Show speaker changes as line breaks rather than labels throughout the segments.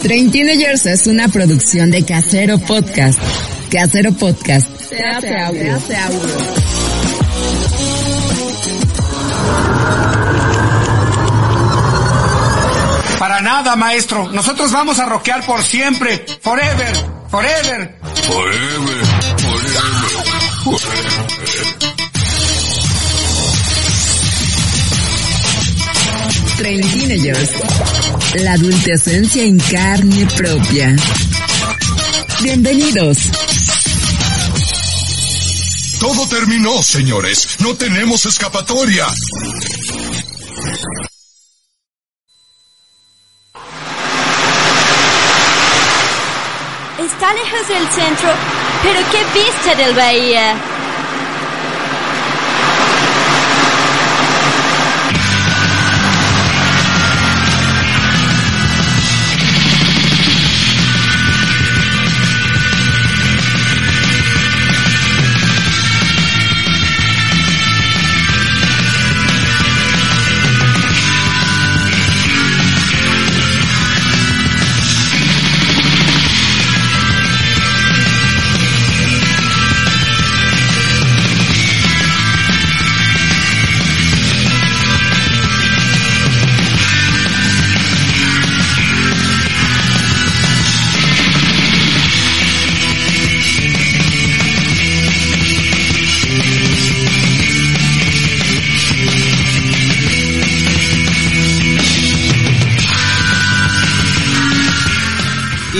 Train Teenagers es una producción de Casero Podcast. Casero Podcast. Se hace audio.
Para nada, maestro. Nosotros vamos a rockear por siempre. Forever. Forever.
Forever, forever, forever.
Train Teenagers. La adultecencia en carne propia. Bienvenidos.
Todo terminó, señores. No tenemos escapatoria.
Está lejos del centro, pero qué vista del bahía.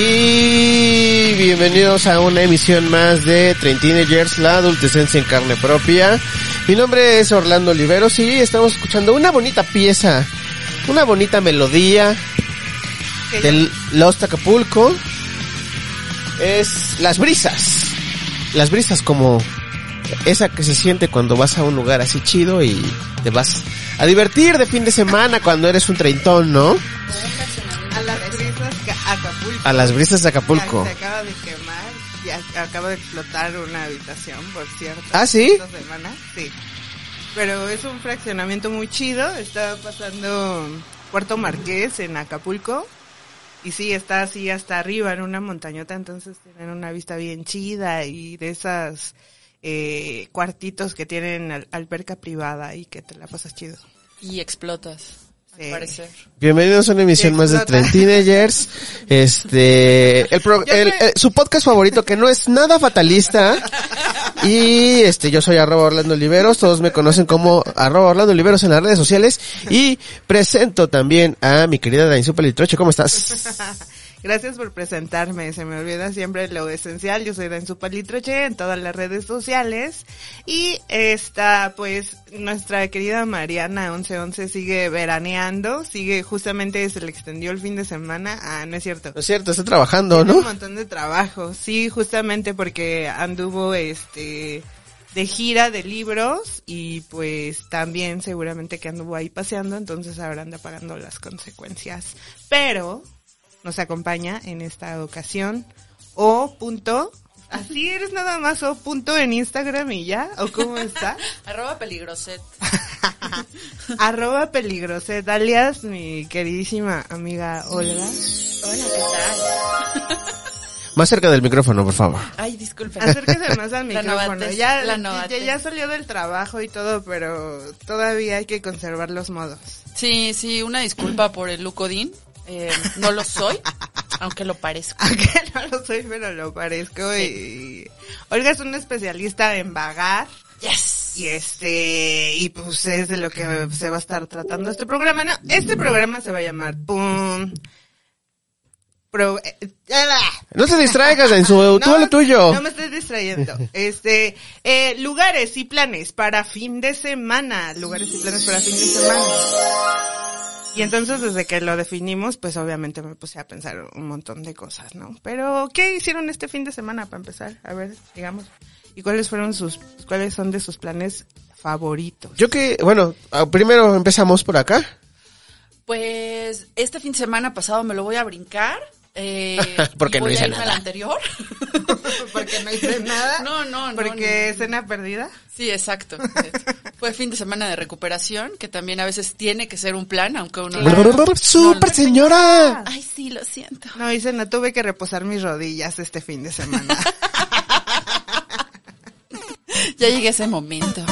Y bienvenidos a una emisión más de Train Teenagers, la adultecencia en carne propia. Mi nombre es Orlando Oliveros y estamos escuchando una bonita pieza, una bonita melodía del Lost Acapulco. Es Las Brisas. Las Brisas como esa que se siente cuando vas a un lugar así chido y te vas a divertir de fin de semana cuando eres un treintón, ¿no?
A las brisas ca- Acapulco.
A Las Brisas de Acapulco.
Se acaba de quemar y a- acaba de explotar una habitación, por cierto.
¿Ah, sí?
Esta semana, sí. Pero es un fraccionamiento muy chido. Está pasando Puerto Marqués en Acapulco. Y sí, está así hasta arriba en una montañota, entonces tienen una vista bien chida y de esas eh, cuartitos que tienen al- alberca privada y que te la pasas chido.
Y explotas,
Sí.
al parecer.
Bienvenidos a una emisión más de
Explota.
Trend Teenagers. Este, el pro-
Yo
el-
creo-
el- su podcast favorito que no es nada fatalista. Y este, yo soy arroba Orlando Oliveros, todos me conocen como arroba Orlando Oliveros en las redes sociales. Y presento también a mi querida Dainzupa Litroche, ¿cómo estás?
Gracias por presentarme, se me olvida siempre lo esencial, yo soy Danzu Palitroche en todas las redes sociales y está pues nuestra querida Mariana 1111 sigue veraneando, sigue justamente se le extendió el fin de semana, ah no es cierto,
No es cierto, está trabajando,
tiene
¿no?
un montón de trabajo, sí justamente porque anduvo este de gira de libros y pues también seguramente que anduvo ahí paseando, entonces ahora anda pagando las consecuencias, pero nos acompaña en esta ocasión. O punto. Así eres nada más O punto en Instagram y ya. ¿O cómo está?
Arroba peligroset.
Arroba peligroset alias mi queridísima amiga Olga.
Hola, ¿qué
Más cerca del micrófono, por favor.
tal? Ay, disculpen.
Acérquese más al
La
micrófono.
novatez,
Ya,
la
ya,
novatez.
ya salió del trabajo y todo, pero todavía hay que conservar los modos.
Sí, sí, una disculpa por el Lucodin. Eh, no lo soy, aunque lo parezco.
Aunque Ah, no lo soy, pero lo parezco. Y... Olga es una especialista en vagar.
Yes.
Y este, y pues es de lo que se va a estar tratando este programa. No, este programa se va a llamar Pum. Pro, eh, ah,
No te distraigas, Dainzu, tú
no,
a lo tuyo.
No me estés distrayendo. Este, eh, lugares y planes para fin de semana. Lugares y planes para fin de semana. Y entonces desde que lo definimos, pues obviamente me puse a pensar un montón de cosas, ¿no? Pero, ¿qué hicieron este fin de semana para empezar? A ver, digamos. ¿Y cuáles fueron sus, cuáles son de sus planes favoritos?
Yo que, bueno, ah, primero empezamos por acá.
Pues este fin de semana pasado me lo voy a brincar. Eh,
Porque
y
no
voy
hice
a irme
nada.
al anterior.
Porque no hice nada.
No, no, no.
Porque
no.
cena perdida.
Sí, exacto. Fue fin de semana de recuperación, que también a veces tiene que ser un plan, aunque uno...
¡Super señora!
Ay, sí, lo siento.
No hice, no tuve que reposar mis rodillas este fin de semana.
Ya llegué a ese momento.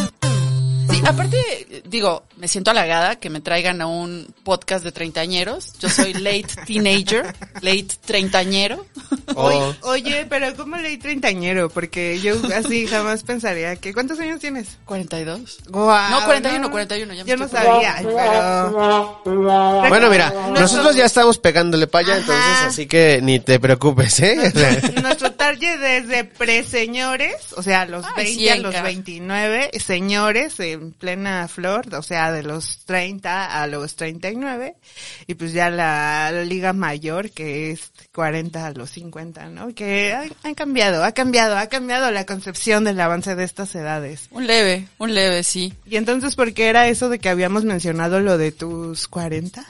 Sí, aparte, digo, me siento halagada que me traigan a un podcast de treintañeros. Yo soy late teenager, late treintañero.
Oh,
Oye, pero ¿cómo leí treintañero? Porque yo así jamás pensaría que... ¿Cuántos años tienes?
42.
Guau,
No, 41, 41, ya me
Yo no
estoy
sabía, pero...
Bueno, mira,
Nuestro-
nosotros ya estamos pegándole paya,
Ajá.
entonces, así que ni te preocupes, ¿eh?
Nuestro target desde preseñores, o sea, los
Ay,
20
sí,
a los
Enca.
29, señores en plena flor, o sea, de los 30 a los 39, y pues ya la, la liga mayor que es 40 a los 50, ¿no? Que ha- han cambiado, ha cambiado, ha cambiado la concepción del avance de estas edades.
Un leve, un leve, sí.
Y entonces, ¿por qué era eso de que habíamos mencionado lo de tus 40?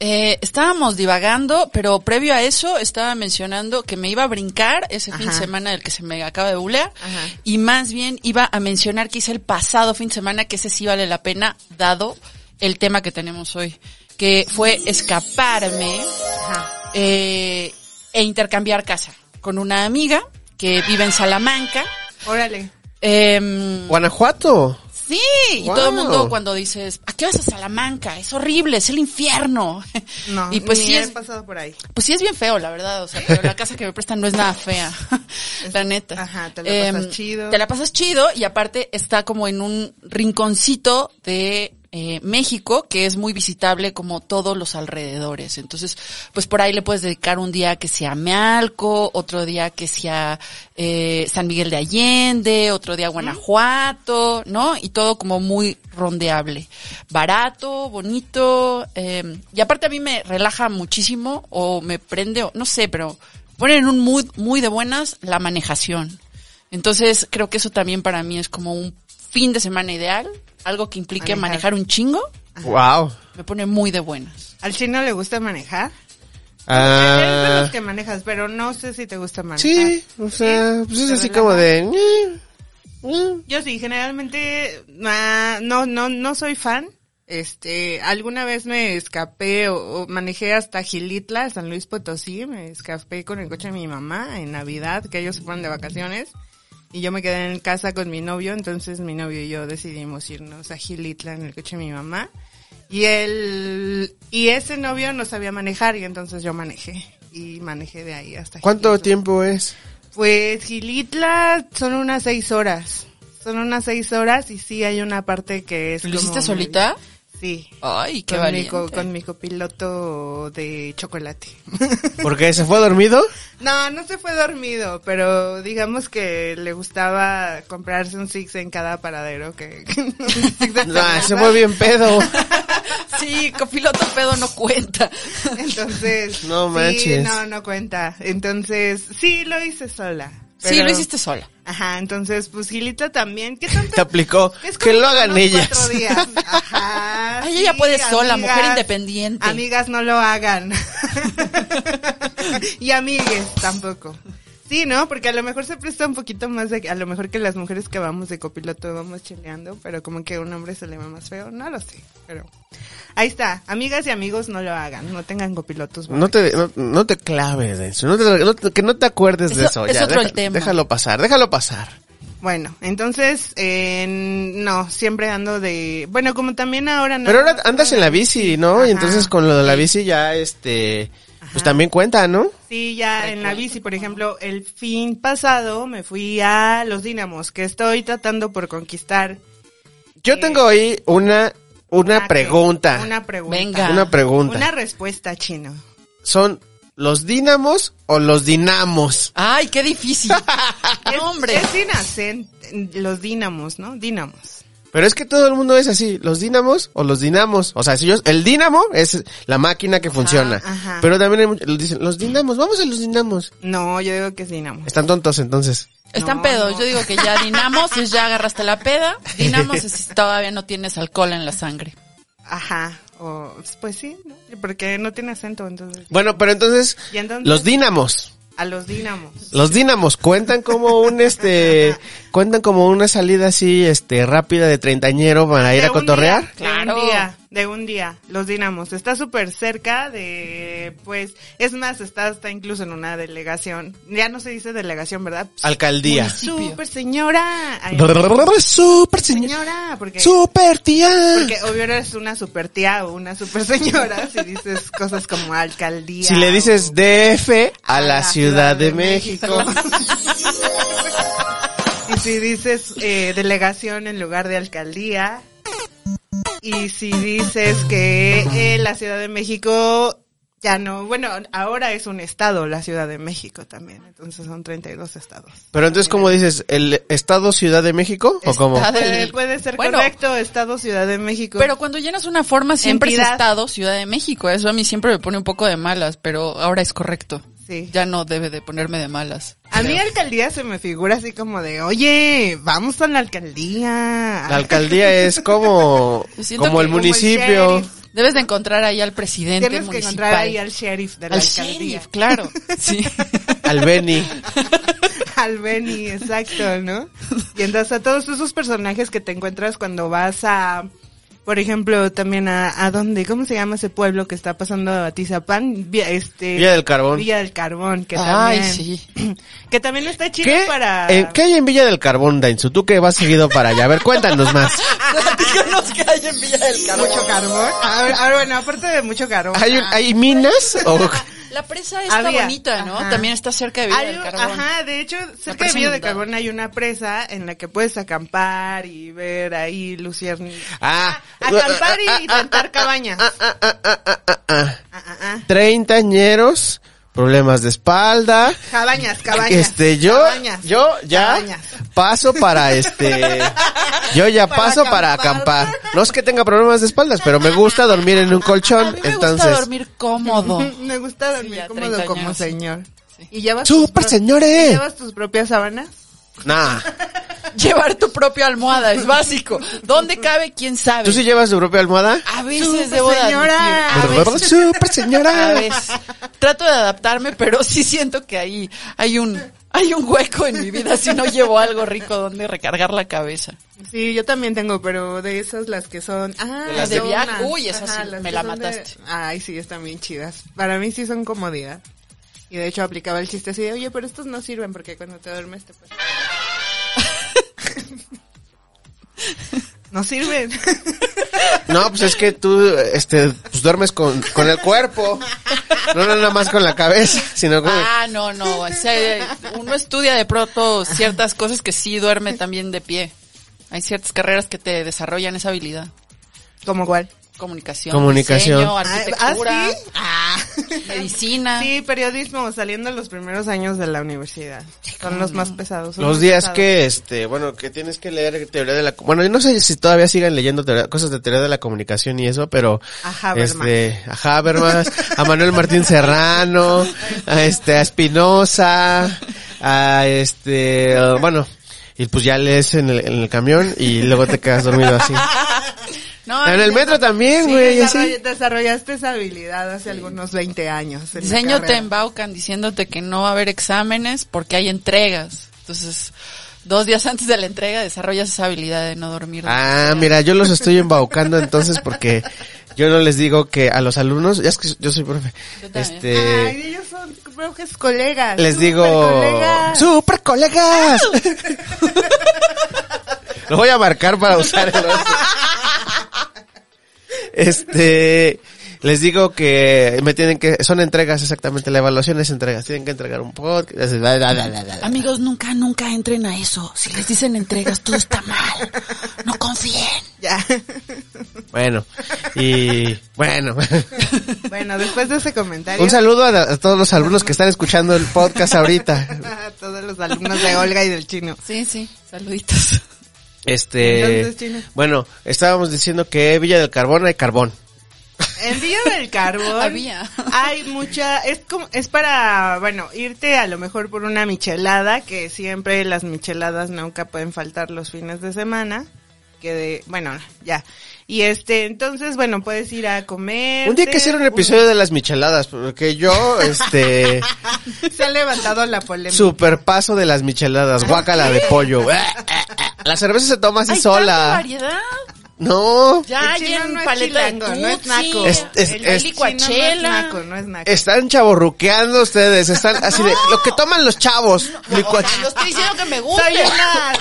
Eh, estábamos divagando, pero previo a eso estaba mencionando que me iba a brincar ese fin de
Ajá.
semana del que se me acaba de bulear.
Ajá.
Y más bien iba a mencionar que hice el pasado fin de semana, que ese sí vale la pena, dado el tema que tenemos hoy. Que fue escaparme eh, e intercambiar casa con una amiga que vive en Salamanca.
Órale.
Em,
Guanajuato.
Sí, y
Wow.
todo el mundo cuando dices, ¿a qué vas a Salamanca? Es horrible, es el infierno.
No,
y pues
ni
sí
he
es,
pasado por ahí.
pues sí es bien feo, la verdad, o sea, pero la casa que me prestan no es nada fea, la neta.
Ajá, te la pasas
Em,
chido.
Te la pasas chido y aparte está como en un rinconcito de eh, México que es muy visitable como todos los alrededores. Entonces, pues por ahí le puedes dedicar un día que sea Mealco, otro día que sea eh, San Miguel de Allende, otro día Guanajuato, ¿no? Y todo como muy rondeable. Barato, bonito. eh, y aparte a mí me relaja muchísimo o me prende, o no sé, pero pone en un mood muy de buenas la manejación. Entonces creo que eso también para mí es como un fin de semana ideal, algo que implique
Manejar.
manejar, un chingo,
Wow.
me pone muy de buenas.
¿Al chino le gusta manejar? Eres de
Ah,
los que manejas, pero no sé si te gusta manejar.
sí, o sea, pues es
¿Te
así
relaja?
como de... eh, eh.
Yo sí, generalmente ah, no, no, no soy fan. Este, alguna vez me escapé o, o manejé hasta Gilitla, San Luis Potosí, me escapé con el coche de mi mamá en Navidad, que ellos se fueron de vacaciones, y yo me quedé en casa con mi novio, entonces mi novio y yo decidimos irnos a Gilitla en el coche de mi mamá, y él, y ese novio no sabía manejar, y entonces yo manejé, y manejé de ahí hasta
¿Cuánto
Gilitla.
tiempo es?
Pues Gilitla son unas seis horas. Son unas seis horas y sí hay una parte que es.
¿Lo
como
hiciste
muy-
solita?
Sí.
Ay, qué
con, mi
valiente.
co- con mi copiloto de chocolate.
¿Porque se fue dormido?
no, no se fue dormido, pero digamos que le gustaba comprarse un Six en cada paradero que. un six de
Ah, se
cerveza.
fue bien pedo.
Sí, copiloto pedo no cuenta.
Entonces.
No
sí,
manches.
no, no cuenta. Entonces, sí lo hice sola.
Sí,
pero-
lo hiciste sola.
Ajá, entonces, pues Gilitla también. ¿Qué tanto?
Te aplicó.
Es como
Que lo
unos
hagan
cuatro
ellas.
días. Ajá.
Ay, ella puede sola, mujer independiente.
Amigas, no lo hagan. y amigues, tampoco. Sí, ¿no? Porque a lo mejor se presta un poquito más de... A lo mejor que las mujeres que vamos de copiloto vamos cheleando, pero como que a un hombre se le ve más feo, no lo sé, pero... Ahí está, amigas y amigos no lo hagan, no tengan copilotos.
No te, no, no te claves de eso, no te- no te- que no te acuerdes de
Eso-
eso.
es
ya,
otro el
deja-
tema.
Déjalo pasar, déjalo pasar.
Bueno, entonces, eh, no, siempre ando de... Bueno, como también ahora no...
Pero ahora andas en la bici, ¿no?
Ajá.
Y entonces con lo de la bici ya, este, pues también cuenta, ¿no?
Sí, ya en la bici, por ejemplo, el fin pasado me fui a Los Dínamos, que estoy tratando por conquistar.
Yo tengo ahí una, una
Ah,
pregunta.
Una pregunta.
Venga.
Una pregunta.
Una respuesta, chino.
¿Son los dínamos o los dinamos?
Ay, qué difícil. No, Ah, hombre.
Es sin acento, los Dínamos, ¿no? Dínamos.
Pero es que todo el mundo es así, los dinamos o los dinamos. O sea, si yo, el dinamo es la máquina que funciona.
ajá.
Pero también hay muchos- dicen, los dinamos, vamos a los dinamos.
No, yo digo que es Dinamo.
Están tontos entonces.
Están
No,
pedos.
no.
Yo digo que ya dinamos es ya agarraste la peda. Dinamos es si todavía no tienes alcohol en la sangre.
Ajá. O, pues sí, ¿no? porque no tiene acento, entonces.
Bueno, pero entonces,
¿Y entonces?
los dinamos,
A los Dinamos.
los dinamos cuentan como un este, cuentan como una salida así, este, rápida de treintañero para ir
De
a
un
cotorrear.
día, de
Claro.
un día, de un día. Los Dinamos. Está súper cerca de, pues, es más, está hasta incluso en una delegación. Ya no se dice delegación, ¿verdad?
Alcaldía.
Súper señora. Ay,
Super señora.
señora, porque,
Super tía.
porque obvio eres una super tía o una super señora si dices cosas como alcaldía.
Si le dices
o-
DF a la Ciudad de México.
y si dices eh, delegación en lugar de alcaldía. Y si dices que eh, la Ciudad de México ya no, bueno, ahora es un estado la Ciudad de México también, entonces son 32 estados.
Pero entonces, ¿cómo dices? ¿El Estado Ciudad de México? ¿O cómo?
Estado-
Eh, Puede ser
Bueno.
correcto, estado Ciudad de México.
Pero cuando llenas una forma siempre es
Entidad.
Estado, Ciudad de México. Eso a mí siempre me pone un poco de malas, pero ahora es correcto.
Sí.
Ya no debe de ponerme de malas.
a mí alcaldía se me figura así como de, oye, vamos a la alcaldía.
La alcaldía es como,
Yo siento
como
que
el
como el
municipio.
sheriff.
Debes de encontrar ahí al presidente
Tienes que
municipal.
encontrar ahí al sheriff de la
Al
alcaldía.
sheriff, claro. Sí.
Al Beni.
Al Benny, exacto, ¿no? Y entonces a todos esos personajes que te encuentras cuando vas a, por ejemplo, también a, a dónde, ¿cómo se llama ese pueblo que está pasando a Tizapán? Vía, este,
Villa del Carbón.
Villa del Carbón, que
Ay,
también,
sí.
que también está chido
¿Qué,
para...
eh, ¿Qué hay en Villa del Carbón, Dainzu? Tú que vas seguido para allá. A ver, cuéntanos más.
Ah.
Platícanos qué hay en Villa del Carbón.
Mucho carbón. Ah, bueno, ah, bueno, aparte de mucho carbón.
¿Hay, un- ¿hay minas? ¿O
La presa está
Había.
bonita, ¿no?
Ajá.
También está cerca de Villa
Hay
del
un-
Carbón.
Ajá, de hecho, cerca de
presa
Villa del
inundada.
Carbón hay una presa en la que puedes acampar y ver ahí lucierni.
Ah.
Acampar y tentar cabañas.
Ah, ah, ah, ah, ah, ah, ah.
Ah, ah, ah.
Treintañeros, problemas de espalda.
Cabañas, cabañas.
Este, yo,
cabañas,
yo ya
cabañas.
paso para este, yo ya
Para
paso para
acampar.
acampar. No es que tenga problemas de espaldas, pero me gusta dormir en un colchón,
A mí me
entonces.
gusta dormir cómodo.
Me gusta dormir
ya,
cómodo
30
como
años.
señor. ¿Y llevas
Super
tus pro-
señores.
¿Llevas tus propias sábanas?
Nah,
Llevar tu propia almohada es básico. ¿Dónde cabe? ¿Quién sabe?
¿tú sí llevas tu propia almohada?
A veces debo de
señora.
admitir. Ah, A veces,
Super
a
señora.
veces. Trato de adaptarme, pero sí siento que ahí hay un, hay un hueco en mi vida si no llevo algo rico donde recargar la cabeza.
Sí, yo también tengo, pero de esas las que son... Ah,
las de viaje.
donas.
Uy, esas sí,
las
me
que
la
son de-
mataste.
Ay, sí, están bien chidas. Para mí sí son comodidad. Y de hecho aplicaba el chiste así de, oye, pero estos no sirven porque cuando te duermes te pones... no sirven.
No, pues es que tú, este, pues duermes con, con el cuerpo. No, no, nada más con la cabeza, sino con...
Ah, no, no. o sea, uno estudia de pronto ciertas cosas que sí duerme también de pie. Hay ciertas carreras que te desarrollan esa habilidad.
¿Como cuál?
Comunicación,
Comunicación.
diseño,
Ah,
arquitectura,
¿sí? Ah.
medicina.
Sí, periodismo, saliendo los primeros años de la universidad. Son los más pesados. son
Los
más
días
pesados.
que, este, bueno, que tienes que leer teoría de la, bueno, yo no sé si todavía sigan leyendo teoría- cosas de teoría de la comunicación y eso, pero,
A Habermas.
este, a Habermas, a Manuel Martín Serrano, a este, a Espinosa, a este, bueno, y pues ya lees en el, en el camión y luego te quedas dormido así.
No,
En el metro también,
Sí,
güey,
desarroll-
así.
desarrollaste esa habilidad hace algunos 20 años. en la
Diseño te
carrera.
embaucan diciéndote que no va a haber exámenes porque hay entregas. Entonces, dos días antes de la entrega desarrollas esa habilidad de no dormir.
Ah, mira, yo los estoy embaucando entonces porque yo no les digo que a los alumnos, ya es que yo soy profe,
Yo también.
este,
Ay, ellos son creo que es colegas.
Les
súper
digo,
colegas.
super colegas. Lo voy a marcar para usar el otro. Este, les digo que me tienen que, son entregas exactamente, la evaluación es entregas, tienen que entregar un podcast. así, bla, bla, bla, bla, bla.
Amigos, nunca, nunca entren a eso. Si les dicen entregas, todo está mal. No confíen.
Ya.
Bueno, y bueno.
bueno, después de ese comentario.
Un saludo a, a todos los alumnos que están escuchando el podcast ahorita.
a todos los alumnos de Olga y del chino.
Sí, sí, saluditos.
Este,
Entonces, Gina.
bueno, estábamos diciendo que Villa del Carbón hay carbón.
En Villa del Carbón
Había.
hay mucha, es como, es para, bueno, irte a lo mejor por una michelada, que siempre las micheladas nunca pueden faltar los fines de semana, que de, bueno, ya. Y este, entonces, bueno, puedes ir a comer.
Un día hay que hacer un episodio de las micheladas, porque yo, este,
Se ha levantado la polémica.
super paso de las micheladas, guácala de pollo. Eh, La cerveza se toma así
Hay tanta
sola.
variedad.
No,
Ya
El
hay
chino no
en
es
paleta de
chilango, no es
tutsi,
naco.
Es- es-
el
es-
licuachela.
Sí, no, no es naco, no es naco.
están chaborruqueando ustedes, están así de, lo que toman los chavos.
O
licuach-
sea, no estoy diciendo que me guste.
Soy una,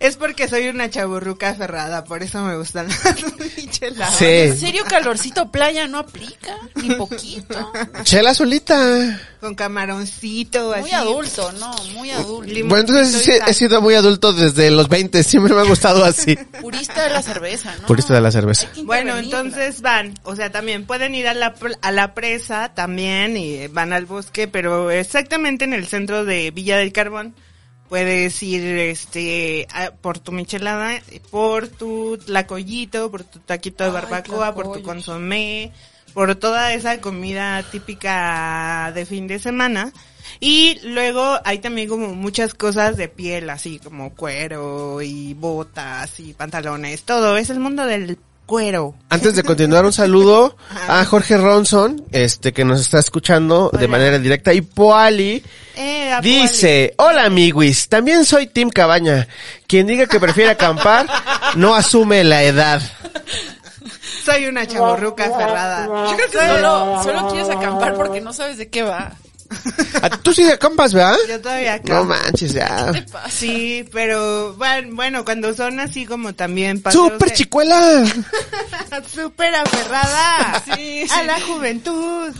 es porque soy una chaburruca aferrada, por eso me gustan las micheladas.
¿En
Sí,
serio calorcito playa no aplica? Ni poquito.
chela solita.
Con camaroncito, así.
Muy adulto, no, muy adulto.
Limón,
Bueno, entonces sí,
limoncito y sal.
he sido muy adulto desde los 20, siempre me ha gustado así.
Purista de la cerveza, ¿no?
Purista de la cerveza.
Hay que
Bueno,
intervenirla.
entonces van, o sea, también pueden ir a la, pl- a la presa también y eh, van al bosque, pero exactamente en el centro de Villa del Carbón puedes ir este a- por tu michelada, eh, por tu tlacoyito, por tu taquito de
Ay,
barbacoa, por tu
tlacoyos.
consomé, por toda esa comida típica de fin de semana. Y luego hay también como muchas cosas de piel, así como cuero y botas y pantalones, todo. Es el mundo del cuero.
Antes de continuar, un saludo a Jorge Ronson, este que nos está escuchando de
Hola.
manera directa. Y Poali
Eh, a
dice, hola amiguis, también soy Tim Cabaña. Quien diga que prefiere acampar, no asume la edad.
cual, Soy una chaborruca aferrada.
Yo creo que solo, solo quieres acampar porque no sabes de qué va.
Ah, Tú sí acampas, ¿verdad?
Yo todavía acá.
No manches, ya.
¿Qué pasa?
Sí, pero bueno, bueno, cuando son así como también paseos
¡Súper
de-
chicuela!
Súper aferrada
Sí, sí.
a la juventud.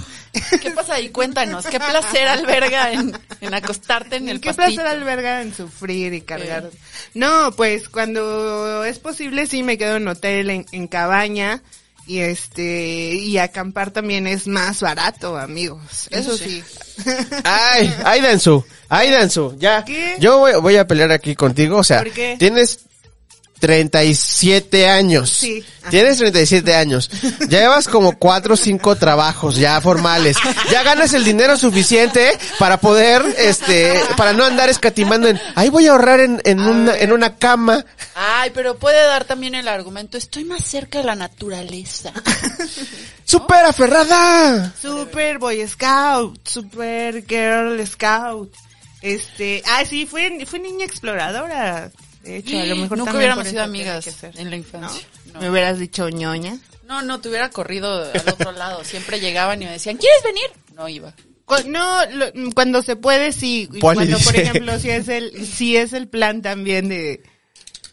¿Qué pasa ahí? Cuéntanos. Qué placer alberga en, en acostarte en el
Qué
pastito.
placer alberga en sufrir y cargar. No, pues cuando es posible sí me quedo en hotel, en, en cabaña y este y acampar también es más barato, amigos. Eso,
Eso
sí.
sí.
Ay, ay Danzu, ay Danzu, ya.
¿Qué?
Yo voy, voy a pelear aquí contigo, o sea,
¿Por qué?
tienes 37 años.
Sí.
Tienes 37 años. Ya llevas como 4 o 5 trabajos ya formales. Ya ganas el dinero suficiente para poder, este, para no andar escatimando en, ahí voy a ahorrar en, en una, en una cama.
Ay, pero puede dar también el argumento. Estoy más cerca de la naturaleza.
¡Súper aferrada!
Super Boy Scout, Super Girl Scout. Este, ah, sí, fue, fue niña exploradora. De hecho, a lo mejor
Nunca
también
hubiéramos
por eso
sido
tiene
amigas
que ser.
en la infancia. No.
Me hubieras dicho ñoña.
No, no, te hubiera corrido al otro lado. Siempre llegaban y me decían, ¿quieres venir? No iba.
Cu- No, lo- mm, cuando se puede sí, y
Poli
cuando por
dice.
ejemplo si es el si es el plan también de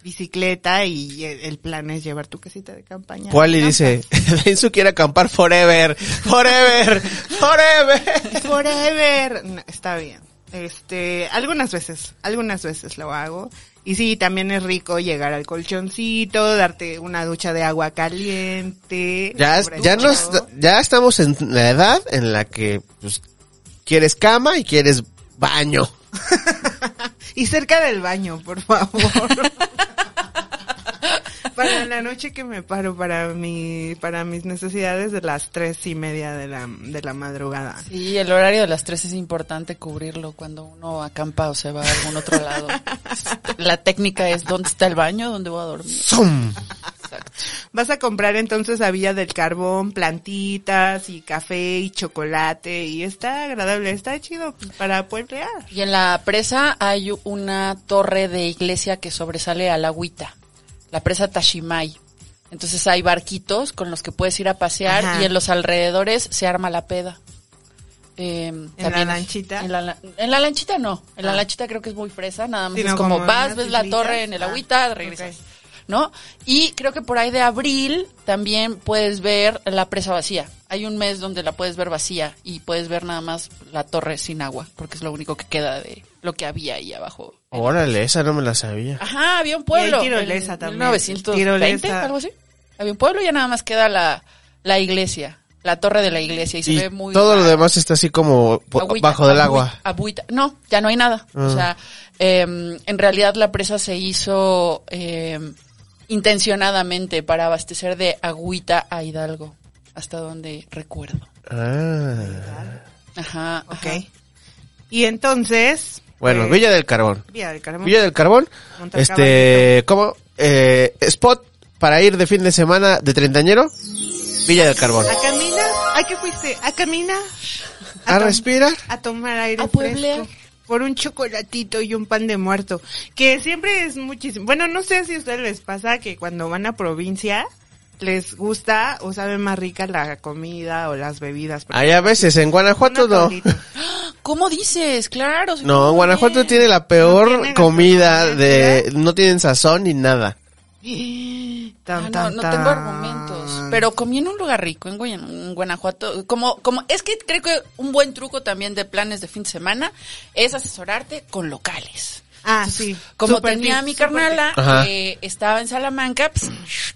bicicleta y el el plan es llevar tu casita de campaña.
Wally
Acampa.
dice, Danzu quiere acampar forever, forever, forever.
Forever. No, está bien. Este, algunas veces, algunas veces lo hago. Y sí, también es rico llegar al colchoncito, darte una ducha de agua caliente.
Ya,
sobre
ya,
todo.
nos, ya estamos en la edad en la que pues, quieres cama y quieres baño.
Y cerca del baño, por favor. para la noche que me paro para mi, para mis necesidades de las tres y media de la, de la madrugada.
Sí, el horario de las tres es importante cubrirlo cuando uno acampa o se va a algún otro lado. La técnica es, ¿dónde está el baño? ¿Dónde voy a dormir?
¡Zum!
Vas a comprar entonces a Villa del Carbón plantitas y café y chocolate y está agradable, está chido para pueblear.
Y en la presa hay una torre de iglesia que sobresale al agüita, la presa Tashimai. Entonces hay barquitos con los que puedes ir a pasear
Ajá.
y en los alrededores se arma la peda. Eh, ¿En
la lanchita? Ah.
En la, la- en la lanchita no, en la lanchita creo que es muy fresa, nada más
Sino
es como,
como
vas,
unas
ves la
islitas.
torre en el
Ah,
agüita, regresas.
ok.
¿No? Y creo que por ahí de abril también puedes ver la presa vacía. Hay un mes donde la puedes ver vacía y puedes ver nada más la torre sin agua, porque es lo único que queda de lo que había ahí abajo.
Órale, esa no me la sabía.
Ajá, había un pueblo.
Y hay tirolesa
en
también.
1920,
Tirolesa.
algo así. Había un pueblo y ya nada más queda la, la iglesia. la torre de la iglesia y se
Y
ve muy...
todo lo
raro.
demás está así como po-
Agüita,
bajo del
agüi-
agua. Ah.
agüita. No, ya no hay nada. O sea, eh, en realidad la presa se hizo eh, intencionadamente para abastecer de agüita a Hidalgo, hasta donde recuerdo.
Ah.
Ajá.
Ok.
ajá.
Y entonces.
Bueno,
pues,
Villa del Carbón.
Villa del Carmen.
Villa del Carbón,
Monte
este, ¿cómo? Eh, spot para ir de fin de semana de treintañero, Villa del Carbón.
¿A camina? ¿A qué fuiste? ¿A camina?
A Ah,
tom-
respirar.
A tomar aire
A pueblear.
fresco. Por un chocolatito y un pan de muerto. Que siempre es muchísimo. Bueno, no sé si a ustedes les pasa que cuando van a provincia les gusta o sabe más rica la comida o las bebidas. porque
Hay a veces, en Guanajuato
una
no.
tablita.
¿Cómo dices? Claro. sí,
No,
muy
Guanajuato
bien.
tiene la
No
peor
tiene
comida
gastronomía,
de, no tienen sazón ni nada.
Ah,
Tan,
no,
tan,
no
tan.
tengo argumentos, pero comí en un lugar rico en, Guaya- en Guanajuato, como como es que creo que un buen truco también de planes de fin de semana es asesorarte con locales.
Ah, sí.
Como
Super
tenía
tip,
mi
super
carnala
Ajá.
que estaba en Salamanca, pues,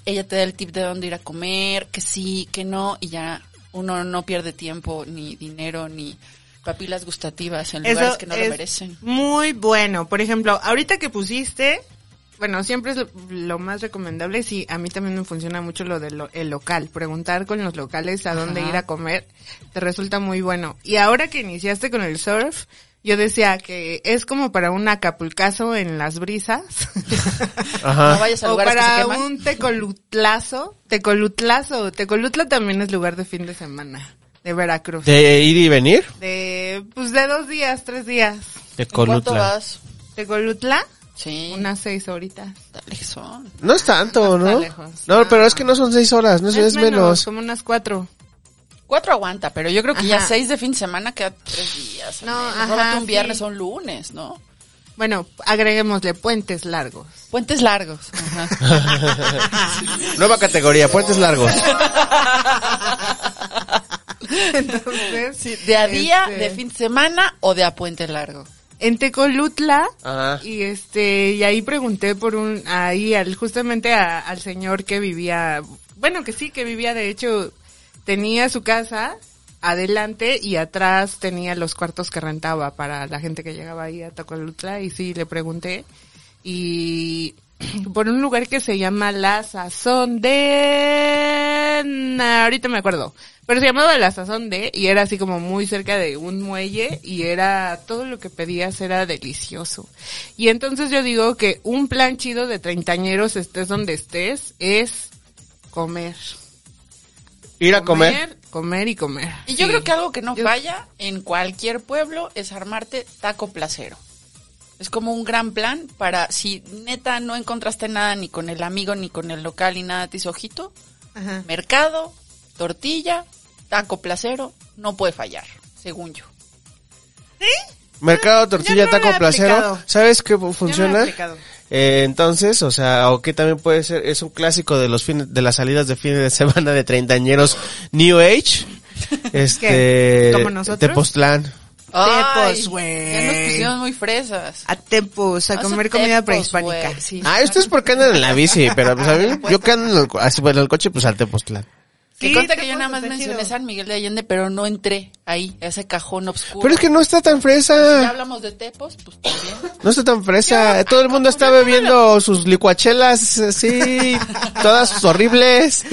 ella te da el tip de dónde ir a comer, que sí, que no, y ya uno no pierde tiempo, ni dinero, ni papilas gustativas en lugares que no lo
es
merecen.
Muy bueno. Por ejemplo, ahorita que pusiste, bueno, siempre es lo, lo más recomendable. Sí, a mí también me funciona mucho lo del lo- el local. Preguntar con los locales a dónde
Ajá.
ir a comer te resulta muy bueno. Y ahora que iniciaste con el surf, yo decía que es como para un acapulcazo en las brisas.
Ajá.
No vayas a
o
lugares que se
para
queman.
un tecolutlazo. Tecolutlazo. Tecolutla también es lugar de fin de semana. De Veracruz. De,
De ir y venir,
pues de dos días, tres días.
de
¿En cuánto vas?
Tecolutla,
Sí.
unas seis horitas.
dale, son.
No es tanto,
No está
¿no?
lejos.
No, pero es que no son seis horas, no sé, Pues es menos.
Como unas cuatro.
Cuatro aguanta, pero yo creo que ya
Ajá.
seis de fin de semana queda tres días.
No,
No,
ajá,
un
sí.
viernes o un lunes, ¿no?
Bueno, agreguémosle puentes largos.
Puentes largos. Ajá.
Nueva categoría, puentes largos.
Entonces,
Sí, de a día,
este,
de fin de semana o de a puente largo.
En Tecolutla,
Ajá.
y este, y ahí pregunté por un, ahí al, justamente a- al señor que vivía, bueno, que sí, que vivía, de hecho, tenía su casa adelante y atrás tenía los cuartos que rentaba para la gente que llegaba ahí a Tecolutla, y sí, le pregunté, y por un lugar que se llama La Sazón de... nah, ahorita me acuerdo. Pero se llamaba La Sazón de y era así como muy cerca de un muelle y era todo lo que pedías era delicioso. Y entonces yo digo que un plan chido de treintañeros estés donde estés es comer.
Ir a comer.
Comer y comer.
Y yo
Sí.
creo que algo que no
Yo-
falla en cualquier pueblo es armarte taco placero. Es como un gran plan para si neta no encontraste nada ni con el amigo ni con el local ni nada te hizo ojito,
Ajá.
mercado, tortilla, taco placero, no puede fallar, según yo.
Mercado,
Yo
tortilla,
no lo
taco,
he
placero.
aplicado.
¿Sabes qué
Yo no lo he
funciona?
aplicado.
Eh, entonces, o sea, o que también puede ser, es un clásico de los fines, de las salidas de fines de semana de treintañeros New Age. Este,
¿Qué? ¿Como nosotros?
Tepoztlán.
Tepos, güey.
ya nos pusieron muy fresas.
A tempos, a
Vamos
comer comida
tepos,
prehispánica.
güey. Sí,
Ah, esto es porque andan en la bici, pero pues a mí, yo que ando en el, co- así, bueno, en el coche, pues al Tepoztlán.
Que
Sí,
consta que yo
tepos
nada más
está
mencioné
chido.
San Miguel de Allende, pero no entré ahí, a ese cajón oscuro.
Pero es que no está tan
Si ya
fresa,
hablamos de tepos, pues también.
no está tan fresa. Todo el mundo está bebiendo sus licuachelas así, todas horribles.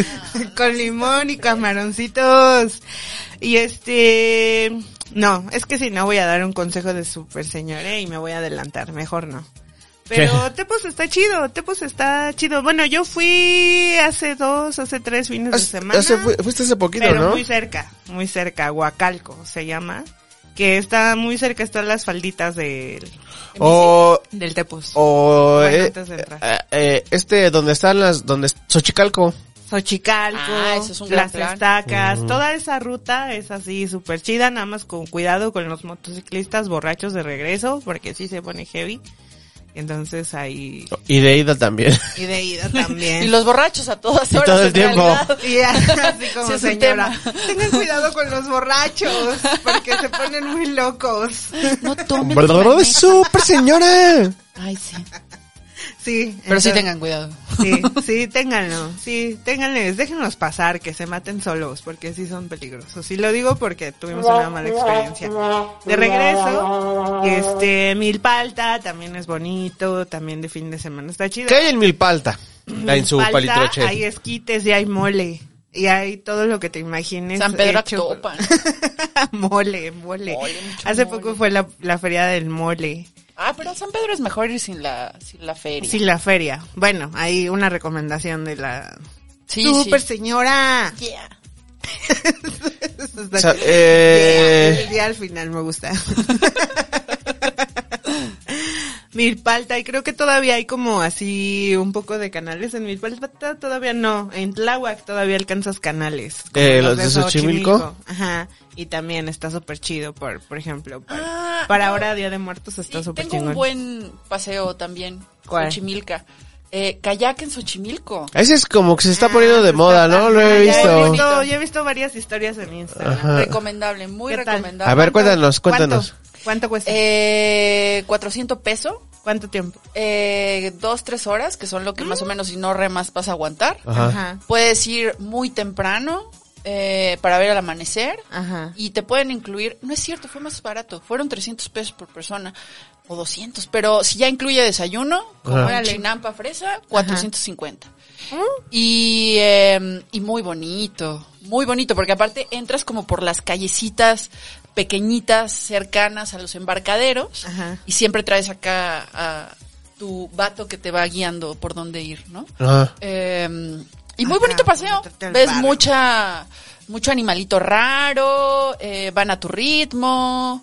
con limón y camaroncitos. Y este, no, es que si no voy a dar un consejo de super señora y me voy a adelantar, mejor no. Pero Tepos está chido, Tepos está chido. Bueno, yo fui hace dos, hace tres fines de
Hace-
semana.
hace- fu- fuiste hace poquito,
Pero
¿no?
muy cerca, muy cerca, Huacalco se llama. Que está muy cerca, están las falditas del,
O,
del Tepos.
o,
Bueno,
eh,
antes de entrar.
eh, eh, este, donde están las, donde, Xochicalco.
Xochicalco,
Ah, eso es un gran
las
plan.
estacas, toda esa ruta es así súper chida, nada más con cuidado con los motociclistas borrachos de regreso, porque sí se pone heavy. Entonces ahí...
Y de ida también.
Y de ida también.
Y los borrachos a todas
Y
horas.
todo el
en
tiempo.
realidad.
Y así como
Sí, es un
señora.
tema.
Tengan cuidado con los borrachos, porque se ponen muy locos.
No tomen.
¡Verdadero de súper, señora!
Ay, sí.
Sí.
Pero sí
entonces-
tengan cuidado.
Sí, sí, ténganlo. Sí, ténganles, déjenlos pasar, que se maten solos, porque sí son peligrosos. Y lo digo porque tuvimos una mala experiencia. De regreso, este, Milpalta también es bonito, también de fin de semana está chido.
¿Qué hay en Milpalta? En su
Milpalta,
palitroche.
Hay esquites y hay mole. Y hay todo lo que te imagines.
San Pedro
hecho-
Actopan.
mole, mole.
Mole, mucho
Hace
mole.
poco fue la, la feria del mole.
Ah, pero San Pedro es mejor ir sin la, sin la feria.
Sí, la feria. Bueno, hay una recomendación de la...
Sí,
¡Súper
sí.
señora!
Yeah.
O
O
sea,
sea, eh,
El día al final me gusta. Milpalta, y creo que todavía hay como así un poco de canales en Milpalta, todavía no. En Tláhuac todavía alcanzas canales. como
Eh, los de Xochimilco.
Ajá, y también está súper chido, por, por ejemplo. Para,
Ah,
para
no.
ahora Día de Muertos
Sí,
está súper
tengo
chingón.
un buen paseo también.
¿Cuál?
Xochimilca. Eh, kayak en Xochimilco.
ese es como que se está
Ah,
poniendo de
está
moda,
padre.
¿no? Lo he
Ya
visto.
visto- Yo he visto varias historias en Instagram.
Ajá.
Recomendable, muy
¿Qué tal?
recomendable.
Ah. A ver, cuéntanos,
¿Cuánto-
Ah, cuéntanos.
¿Cuánto cuesta?
Eh, 400 pesos,
¿Cuánto tiempo?
eh, dos, tres horas, que son lo que más o
Mm.
menos, si no remas, vas a aguantar.
Ajá.
Ajá.
Puedes ir muy temprano eh, para ver el amanecer.
Ajá.
Y te pueden incluir, no es cierto, fue más barato, fueron 300 pesos por persona o 200, pero si ya incluye desayuno, como
Ajá.
en chinampa fresa, 450. Y, eh, y muy bonito, muy bonito, porque aparte entras como por las callecitas pequeñitas cercanas a los embarcaderos
Ajá.
y siempre traes acá a tu vato que te va guiando por dónde ir, ¿no?
Ajá.
Eh, y muy
Ajá,
bonito paseo.
meterte al
Ves
barrio.
mucha, mucho animalito raro, eh, van a tu ritmo.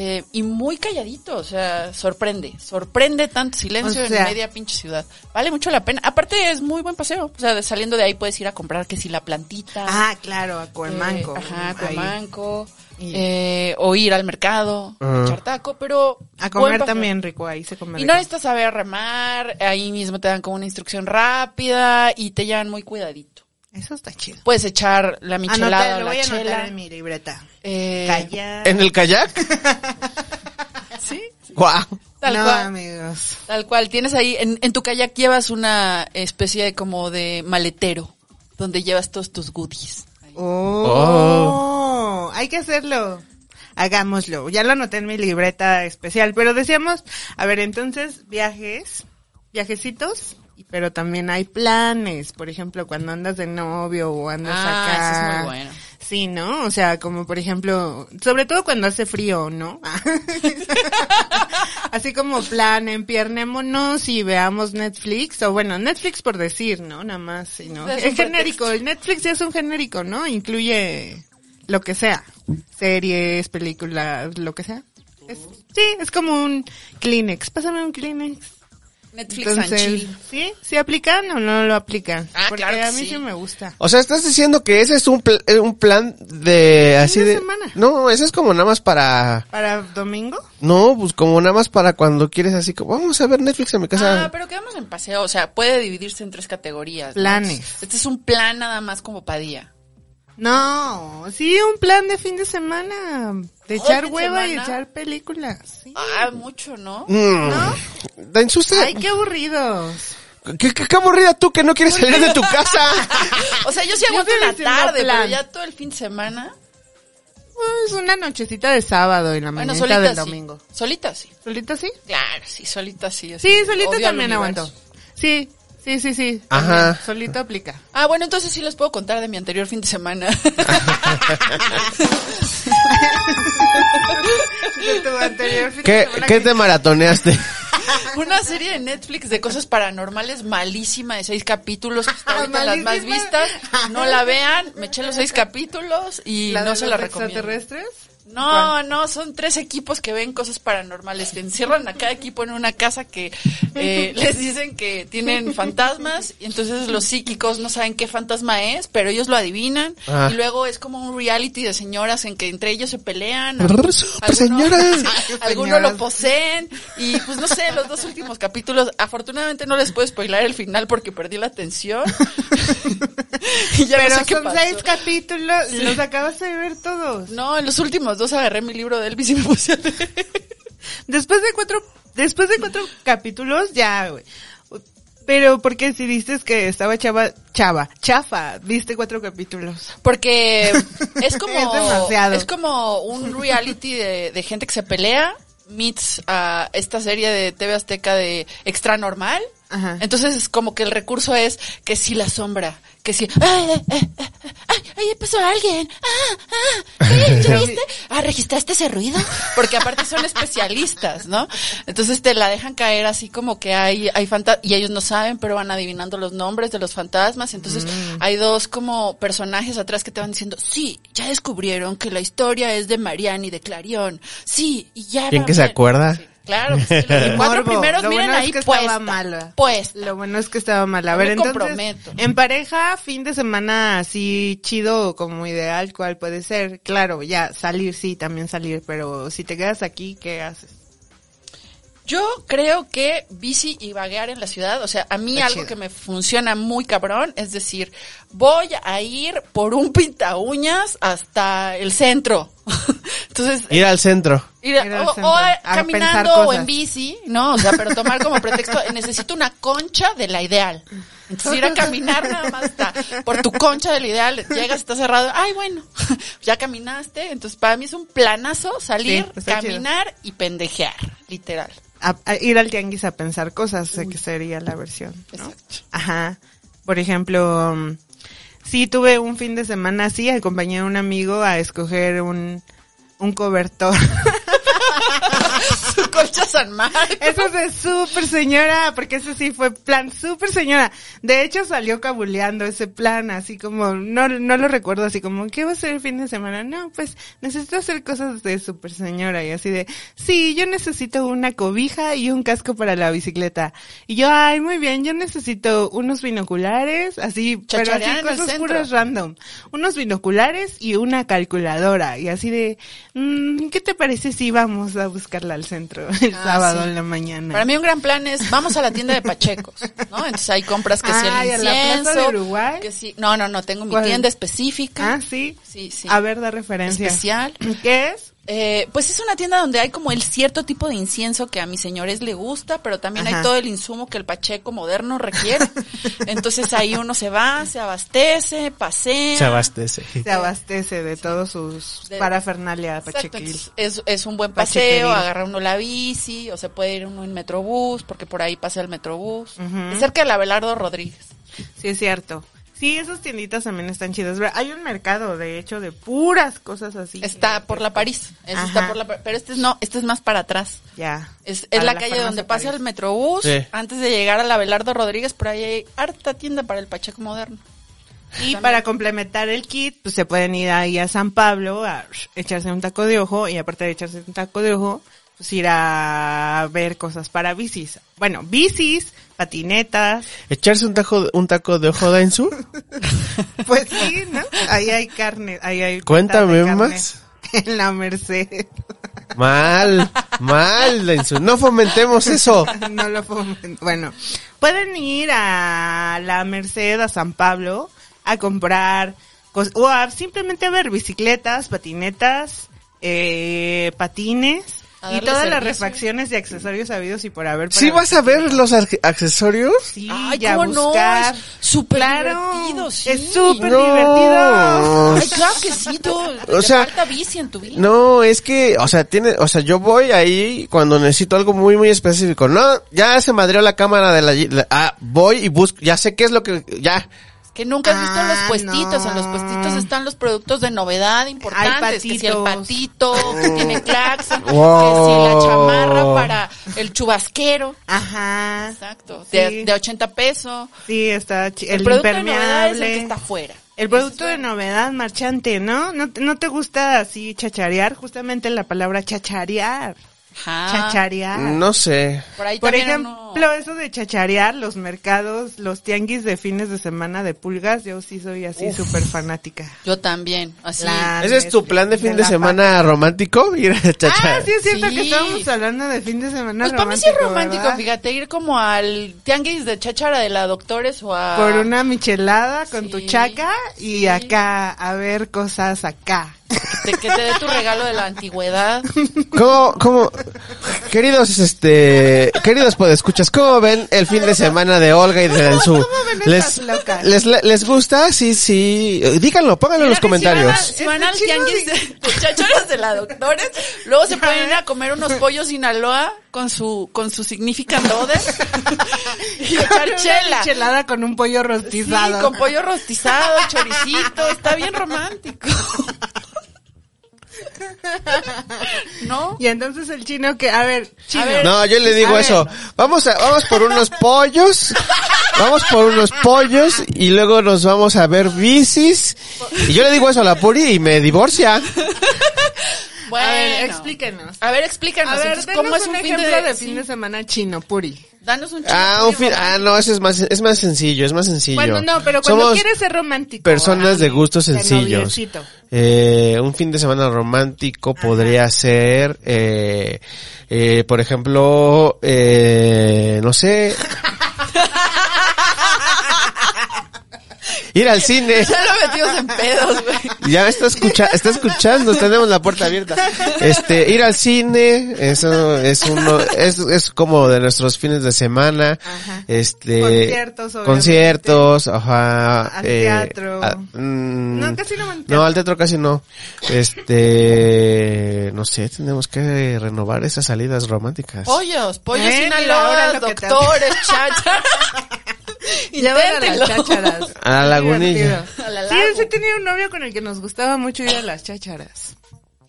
eh, y muy calladito, o sea, sorprende, sorprende tanto silencio
O sea.
en media pinche ciudad. Vale mucho la pena. Aparte es muy buen paseo, o sea, de- saliendo de ahí puedes ir a comprar que si la plantita.
Ah, claro, a Cuermanco.
eh, ajá,
Ahí.
Cuermanco.
Y-
eh, o ir al mercado,
Ajá.
echar taco, pero...
A
buen
comer
paseo.
también rico, ahí se come
Y no
rico.
necesitas saber remar, ahí mismo te dan como una instrucción rápida y te llevan muy cuidadito.
Eso está chido.
Puedes echar la michelada
Anota,
o
Ah, lo
la
voy a
chela.
anotar en mi libreta.
Eh,
Callar.
¿En el kayak?
Sí,
¡Guau!
tal
no,
cual.
amigos.
Tal cual. Tienes ahí, en, en tu kayak llevas una especie de como de maletero, donde llevas todos tus goodies. Ahí.
Oh, Hay que hacerlo. Hagámoslo. Ya lo anoté en mi libreta especial, pero decíamos, a ver, entonces, viajes, viajecitos, pero también hay planes. Por ejemplo, cuando andas de novio o andas
Ah,
acá.
eso es muy bueno.
Sí, ¿no? O sea, como por ejemplo, sobre todo cuando hace frío, ¿no? Así como plan, empiernémonos y veamos Netflix, o bueno, Netflix por decir, ¿no? Nada más, sí, ¿no?
Es
Es,
un
genérico, el Netflix ya es un genérico, ¿no? Incluye lo que sea, series, películas, lo que sea. Es- sí, es como un Kleenex, pásame un Kleenex.
Netflix and
Entonces,
chill.
¿sí? ¿Sí aplican o no lo aplican?
Ah,
Porque
claro que
a mí
sí.
sí me gusta.
O sea, estás diciendo que ese es un, pl- eh, un plan de así
de
de...
semana.
No, ese es como nada más para...
¿Para domingo?
No, pues como nada más para cuando quieres así como... Vamos a ver Netflix en mi casa.
Ah, pero quedamos en paseo, o sea, puede dividirse en tres categorías. ¿no?
Planes.
Este es un plan nada más como para día.
No, sí, un plan de fin de semana. De
¿Todo
echar
el fin de
hueva y
semana?
echar películas. sí.
Ah, mucho, ¿no?
Mm. Da insusta.
Ay, qué aburridos.
¿Qué, qué, qué aburrida tú que no quieres salir de tu casa.
O sea, yo sí
Yo
aguanto
estoy
una
diciendo
tarde,
plan.
pero ya todo el fin de semana.
Es Pues, una nochecita de sábado y la
Bueno,
mañana
solita
del
sí.
domingo.
Solita sí.
¿Solita sí?
Claro, sí, solita sí. así,
Sí, solita
odio al
también
universo.
aguantó. Sí, sí, sí, sí.
Ajá.
también, Solito aplica.
Ah, bueno, entonces sí les puedo contar de mi anterior fin de semana.
De tu anterior fin de
¿Qué,
semana
qué
que-
te maratoneaste?
Una serie de Netflix de cosas paranormales malísima de seis capítulos, que está ahorita en las más
Malísima.
vistas. No la vean, me eché los seis capítulos y
¿La de
no se
los
la recomiendo.
extraterrestres?
No, no, son tres equipos que ven cosas paranormales. Te encierran a cada equipo en una casa que eh, les dicen que tienen fantasmas y entonces los psíquicos no saben qué fantasma es, pero ellos lo adivinan.
Ah.
Y luego es como un reality de señoras en que entre ellos se pelean.
Brr,
Algunos-
super señoras.
sí, algunos lo poseen y pues no sé, los dos últimos capítulos. Afortunadamente no les puedo spoilar el final porque perdí la atención. y ya no
Pero
sé qué
son
pasó.
seis capítulos, los acabas de ver todos.
No, en los últimos dos agarré mi libro de Elvis y me puse a leer.
Después de cuatro, después de cuatro capítulos, ya, güey. Pero porque si dices que estaba chava, chava, chafa, viste cuatro capítulos.
Porque es como
Es demasiado.
es como un reality de, de gente que se pelea meets a esta serie de TV Azteca de extra normal.
Ajá.
Entonces es como que el recurso es que si la sombra, que si ay, eh, eh, eh, ay, ay, pasó alguien. Ah, ah, ¿qué? ¿Ya viste? Ah, registraste ese ruido? Porque aparte son especialistas, ¿no? Entonces te la dejan caer así como que hay hay fantasmas y ellos no saben, pero van adivinando los nombres de los fantasmas, entonces
Mm.
hay dos como personajes atrás que te van diciendo, "Sí, ya descubrieron que la historia es de Mariani de Clarion." Sí, y ya
¿Quién
va
que
a
se
ver".
acuerda?
Sí, Claro, pues, sí, los cuatro
Morbo.
primeros
Lo
miren
bueno es
ahí
que estaba
puesta,
mala.
puesta.
Lo bueno es que estaba mal. A
No
ver,
me
entonces,
comprometo.
en pareja, fin de semana así chido, como ideal, cual puede ser. Claro, ya, salir sí, también salir, pero si te quedas aquí, ¿qué haces?
Yo creo que bici y vaguear en la ciudad, o sea, a mí
Está
algo
chido.
que me funciona muy cabrón es decir, voy a ir por un pinta uñas hasta el centro. Entonces,
Ir al centro.
ir a-
Ir al
o- o,
centro,
a-
a pensar
caminando
cosas.
o en bici, ¿no? O sea, pero tomar como pretexto, necesito una concha de la ideal. Entonces ir a caminar nada más hasta por tu concha del ideal, llegas, está cerrado, ay bueno, ya caminaste, entonces para mí es un planazo salir,
Sí, está chido.
caminar y pendejear, literal.
A- a ir al tianguis a pensar cosas, sé que sería la versión. ¿no?
Exacto.
Ajá. Por ejemplo, mm, sí tuve un fin de semana así, acompañé a un amigo a escoger un, un cobertor.
Su colcha San Marcos.
Eso es de súper señora, porque ese sí fue plan súper señora. De hecho salió cabuleando ese plan, así como, no, no lo recuerdo, así como, ¿qué va a ser el fin de semana? No, pues necesito hacer cosas de súper señora y así de, sí, yo necesito una cobija y un casco para la bicicleta. Y yo, ay, muy bien, yo necesito unos binoculares, así, pero
Chacharear
así
en el
cosas
centro.
puras random. Unos binoculares y una calculadora. Y así de, mm, ¿qué te parece si vamos a buscarla al centro el
Ah,
sábado
sí.
en la mañana?
Para mí un gran plan es, vamos a la tienda de Pachecos, ¿no? Entonces hay compras que si
Ay,
el
¿a la Plaza
incienso.
de Uruguay?
Que sí. No, no, no, tengo mi
¿Cuál?
tienda específica.
Ah, sí.
Sí, sí.
A ver, da referencia.
Especial.
¿Qué es?
Eh, pues es una tienda donde hay como el cierto tipo de incienso que a mis señores le gusta, pero también
Ajá.
hay todo el insumo que el pacheco moderno requiere. Entonces ahí uno se va, se abastece, pasea.
Se abastece.
Se abastece de todos sus
De-
parafernalia
Exacto,
pachequil.
entonces es, es un buen
Pachequeril.
paseo, agarra uno la bici, o se puede ir uno en Metrobús, porque por ahí pasa el Metrobús.
Ujú.
Es cerca del Abelardo Rodríguez.
Sí, es cierto. Sí, esas tienditas también están chidas. Ve, Hay un mercado, de hecho, de puras cosas así.
Está por la París.
Este,
ese
Ajá.
está por la Par- pero este es no, este es más para atrás.
Ya.
Es, es
Para
la, calle
farmacia
donde pasa
París.
el Metrobús,
Sí.
antes de llegar al Abelardo Rodríguez, por ahí hay harta tienda para el Pacheco Moderno.
Y para complementar el kit, pues se pueden ir ahí a San Pablo a echarse un taco de ojo y aparte de echarse un taco de ojo, pues ir a ver cosas para bicis. Bueno, bicis, patinetas,
Echarse un, tajo, un taco de ojo en su.
pues sí, ¿no? Ahí hay carne, ahí hay...
Cuéntame
carne
más.
En la Merced.
Mal, mal, Ensu. No fomentemos eso.
no lo puedo Bueno, pueden ir a la Merced, a San Pablo, a comprar cos- o a simplemente a ver bicicletas, patinetas, eh, patines
A
y
darle
todas las
servicio.
refacciones y accesorios habidos y por haber. para-
¿Sí vas a ver los ac- accesorios?
Sí,
Ay,
y a
¿cómo no?
buscar.
Es súper
Claro,
divertido, sí.
Es súper
No.
divertido.
Ay, claro que sí, tú,
O
te
sea,
falta bici en tu vida.
No, es que, o sea, tiene, o sea, yo voy ahí cuando necesito algo muy, muy específico. No, ya se madrió la cámara de la, la- ah, voy y busco, ya sé qué es lo que, ya.
Que nunca has visto
Ah,
los puestitos. En los
no.
puestitos están los productos de novedad importantes. Que si el
patitos.
patito, que tiene claxon, que
Wow.
si la chamarra para el chubasquero.
Ajá.
Exacto.
Sí.
De, de 80 pesos.
Sí, está chi- el,
producto de novedad es el
impermeable.
que está afuera.
El producto de novedad marchante, ¿no? ¿no? te- No te gusta así chacharear, justamente la palabra chacharear.
Ajá.
chacharear.
No sé.
Por Ah. ahí
Por
también
ejemplo,
uno-
eso de chacharear, los mercados, los tianguis de fines de semana de pulgas, yo sí soy así súper fanática.
Yo también. Así. Ah,
La
¿Ese es tu
mezcla-
plan de fin de,
la
semana romántico? Ir a
pa-
chachar.
Ah, sí, es cierto
Sí.
que estábamos hablando de fin de semana
Pues para mí sí
romántico.
es romántico,
¿verdad?
fíjate, ir como al tianguis de cháchara de la doctores o a...
Por una michelada con tu
Sí,
chaca y
sí.
acá a ver cosas acá.
Que te, que te dé tu regalo de la antigüedad.
¿Cómo, cómo, Queridos, este, queridos podescuchas, ¿cómo ven el fin de semana de Olga y de Danzú?
¿Cómo ven
¿Les,
estas locas?
les, les gusta? Sí, sí. Eh, Díganlo, pónganlo en los comentarios.
Si van al
Este chico
tianguis de de chachoras de la doctores, luego se pueden ir a comer unos pollos Sinaloa con su, con su significant other y echar
Una
chela.
Chelada con un pollo
Sí,
rostizado.
con pollo rostizado, choricito, está bien romántico. ¿No?
Y entonces el chino que, a ver, chino.
A ver,
No, yo le digo
A
eso. Vamos a, vamos por unos pollos. Vamos por unos pollos y luego nos vamos a ver bicis. Y yo le digo eso a la Puri y me divorcia.
Bueno.
A ver, explíquenos.
A ver, explícanos.
A ver,
entonces, ¿cómo
denos
es
un,
un, fin
ejemplo
de,
de, fin de semana chino, puri.
Danos un
Ah,
chingo
un fin, ah, no, eso es más, es más sencillo, es más sencillo.
Bueno, no, pero cuando
Somos
quieres ser romántico.
personas de gustos
de
sencillos.
noviecito.
Eh, un fin de semana romántico podría ser, eh, eh, por ejemplo, eh, no sé. Ir al cine.
Ya lo metimos en pedos, güey.
Ya está, escucha está escuchando, tenemos la puerta abierta. Este, ir al cine, eso es uno, es, es como de nuestros fines de semana.
Ajá.
Este,
Conciertos, obviamente.
conciertos, ajá. eh,
Al teatro.
mm,
No, casi no van al
No, al teatro casi no. Este, no sé, tenemos que renovar esas salidas románticas.
Pollos, pollos
Eh, mira,
Sinaloa,
ahora lo que te-
doctores, chacha.
Ya van a las
Inténtenlo.
chácharas.
A la lagunilla.
Divertido.
A la
Sí,
lago.
yo tenía un novio con el que nos gustaba mucho ir a las chácharas.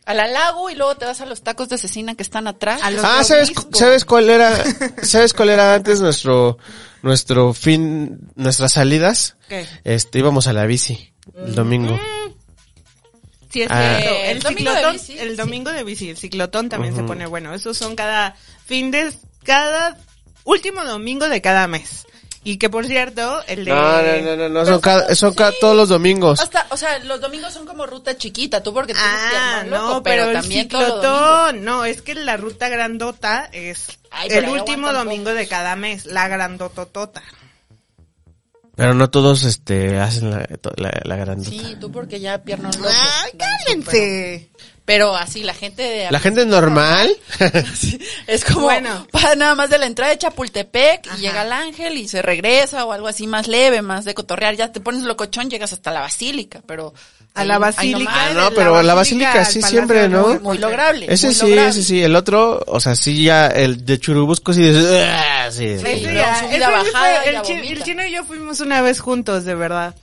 Al halago y luego te vas a los tacos de asesina que están atrás.
A los
Ah, ¿sabes, cu-
obeliscos.
¿sabes cuál era? ¿Sabes cuál era antes nuestro nuestro fin nuestras salidas?
¿Qué?
Este íbamos a la bici el domingo.
Sí, es
Ah.
cierto.
Eh,
El,
el domingo de
ciclotón,
bici,
el
sí.
domingo de bici, el ciclotón también se pone bueno. Esos son cada fin de, cada último domingo de cada mes. Y que por cierto, el de...
No, no, no, no, no, son cada, son cada- todos los domingos.
Hasta, o sea, los domingos son como ruta chiquita, tú porque tienes
Ah,
pierna, loco,
no, pero, el
también todo
ciclotón, no, es que la ruta grandota es
Ay, pero
el
ahí
último
aguantan
domingo de cada mes, la grandototota.
Pero no todos este hacen la, to- la, la grandota.
Sí, tú porque ya piernas loco.
Ay, cállense.
pues, Pero así, la gente de...
La gente normal.
Es como
Bueno.
para nada más de la entrada de Chapultepec
Ajá.
y llega el ángel y se regresa o algo así más leve, más de cotorrear. Ya te pones locochón, llegas hasta la basílica, pero...
A la
ahí- ahí
basílica.
nomás.
Ah, no, pero la basílica
al
sí
Palacio
siempre,
de
¿no?
Música.
Muy lograble.
ese
muy
sí,
lograble.
ese sí, el otro, o sea, sí ya el de Churubusco sí dices, "Ah", sí.
Ese
Sí. luego
ya,
subida,
ese
bajada,
fue- el,
ya
chi-
vomita.
el chino y yo fuimos una vez juntos, de verdad.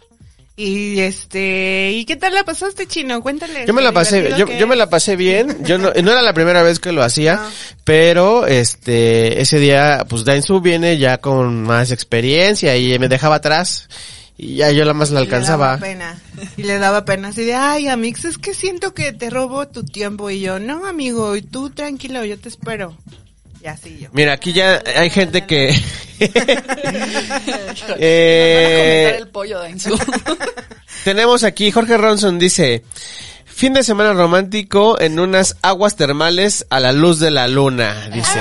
Y este, ¿y qué tal la pasaste, chino? Cuéntale.
Yo me
lo
la pasé,
divertido
yo,
que
yo me
es.
la pasé bien. Yo no, no era la primera vez que lo hacía,
No.
pero este, ese día, pues Dainzu viene ya con más experiencia y me dejaba atrás y ya yo la más la
Y
alcanzaba.
Le daba pena. Y le daba pena así de, ay, Amix, es que siento que te robo tu tiempo. Y yo, no, amigo, y tú tranquilo, yo te espero. Y así yo.
Mira, aquí ya hay gente que. Eh,
Van a comentar el pollo de Enzo.
tenemos aquí Jorge Ronson dice. Fin de semana romántico en unas aguas termales a la luz de la luna, dice.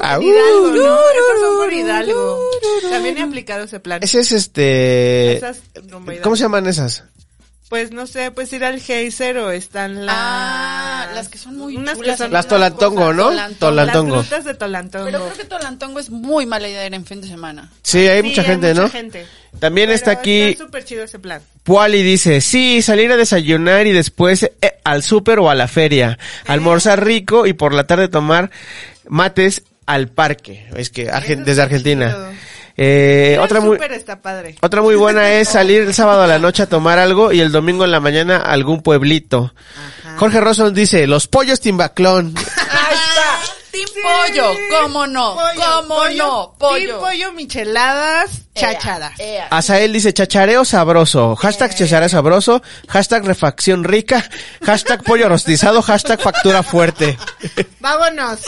Ah, uh.
Hidalgo, no, esas son por Hidalgo. También he aplicado ese plan.
Ese es este.
Esas rumbo a Hidalgo.
¿Cómo se llaman esas?
Pues no sé, pues ir al geyser o están las...
Ah, las que son muy
Unas que
chulas.
son
Las Tolantongo, ¿no?
Tolantongo.
Tolantongo.
Las frutas de Tolantongo.
Pero creo que Tolantongo es muy mala idea ir en fin de semana.
Sí, hay
Sí,
mucha gente, ¿no?
mucha gente.
También
Pero
está aquí
Está súper chido ese plan.
Puali dice, sí, salir a desayunar y después eh, al súper o a la feria, almorzar rico y por la tarde tomar mates al parque. Es que Argen-
Eso
desde
está
Argentina.
chido.
Eh,
Ir al
otra muy
súper está padre.
otra muy buena es salir el sábado a la noche a tomar algo y el domingo en la mañana a algún pueblito. Jorge Rosson dice, los pollos timbaclón.
Ahí está. Team pollo. ¿Cómo no?
Pollo,
¿Cómo no?
sí,
Pollo. Eh,
pollo, micheladas,
Ea,
chachadas.
ea.
Azael dice chachareo sabroso, hashtag chachareo sabroso, hashtag refacción rica, hashtag pollo rostizado, hashtag factura fuerte.
Vámonos.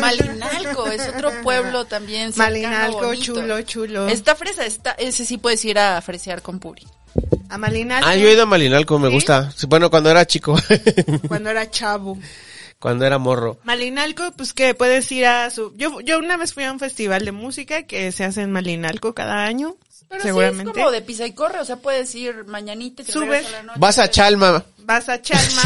Malinalco es otro pueblo también. cercano,
Malinalco,
bonito.
chulo, chulo.
Esta fresa, está, ese sí puedes ir a fresear con puri.
A Malinalco.
Ah, yo he ido a Malinalco, me gusta. Sí, Bueno, cuando era chico,
Cuando era chavo.
cuando era morro.
Malinalco, pues que puedes ir a su... Yo, yo una vez fui a un festival de música que se hace en Malinalco cada año.
Pero
seguramente.
sí, es como de pisa y corre, o sea, puedes ir mañanita y te
Sube.
regresas a la noche.
Vas a Chalma.
Vas a Chalma,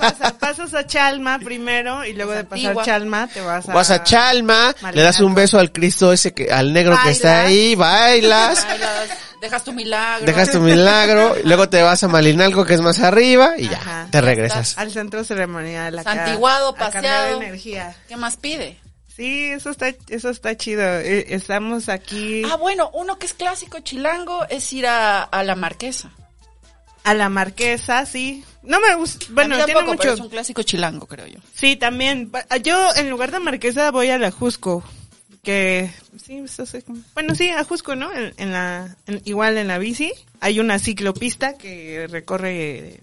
pasa- pasas a Chalma primero y luego de pasar
Antigua.
Chalma te vas a...
Vas a Chalma, le das un beso al Cristo ese que, al negro que está
Bailas.
ahí, bailas,
Bailas, dejas tu milagro.
dejas tu milagro, y luego te vas a Malinalco que es más arriba y ya,
Ajá.
te regresas.
Al centro ceremonial. acá,
Santiguado,
a cargar
paseado.
energía.
¿Qué más pide?
Sí, eso está, eso está chido. Eh, Estamos aquí
Ah, bueno, uno que es clásico chilango es ir a, a la marquesa.
a la marquesa, sí. No me gusta, bueno,
A mí
tiene
tampoco, pero
mucho.
es un clásico chilango, creo yo.
Sí, también. Pa- ah, Yo en lugar de marquesa voy a la Jusco, que sí, eso sé cómo- bueno, sí, a Jusco, ¿no? En, en la en- igual en la bici hay una ciclopista que recorre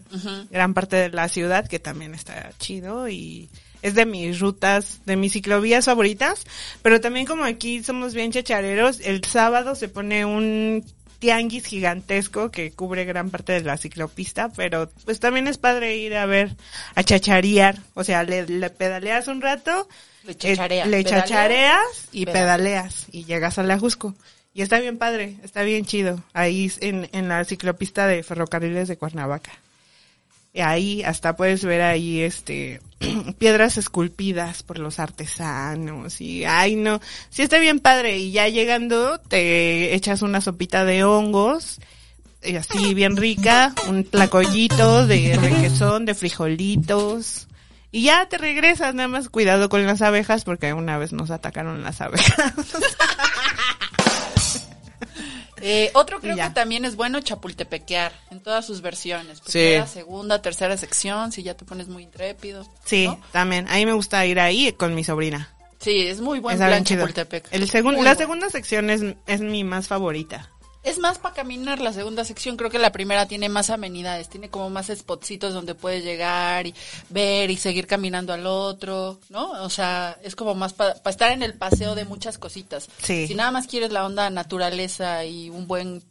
gran parte de la ciudad que también está chido y es de mis rutas, de mis ciclovías favoritas, pero también como aquí somos bien chachareros, el sábado se pone un tianguis gigantesco que cubre gran parte de la ciclopista, pero pues también es padre ir a ver, a chacharear, o sea, le, le pedaleas un rato,
Le chachareas,
eh, le
pedaleas,
chachareas y
pedaleas.
pedaleas y llegas a la Jusco. Y está bien padre, está bien chido, ahí en, en la ciclopista de ferrocarriles de Cuernavaca. Y ahí hasta puedes ver ahí este piedras esculpidas por los artesanos y ay no, sí está bien padre y ya llegando te echas una sopita de hongos y así bien rica, un tlacoyito de requesón, de frijolitos y ya te regresas, nada más cuidado con las abejas porque una vez nos atacaron las abejas.
Eh, otro creo
Y ya.
que también es bueno chapultepequear en todas sus versiones.
Sí.
Primera, segunda, tercera sección, si ya te pones muy intrépido.
Sí,
¿no?
también, a mí me gusta ir ahí con mi sobrina.
Sí, es muy buen
Está
plan
bien chido.
Chapultepec.
El segundo,
Muy
la
bueno.
segunda sección es, es mi más favorita.
Es más para caminar la segunda sección. Creo que la primera tiene más amenidades, tiene como más spotsitos donde puedes llegar y ver y seguir caminando al otro, ¿no? O sea, es como más para estar en el paseo de muchas cositas.
Sí.
Si nada más quieres la onda naturaleza y un buen,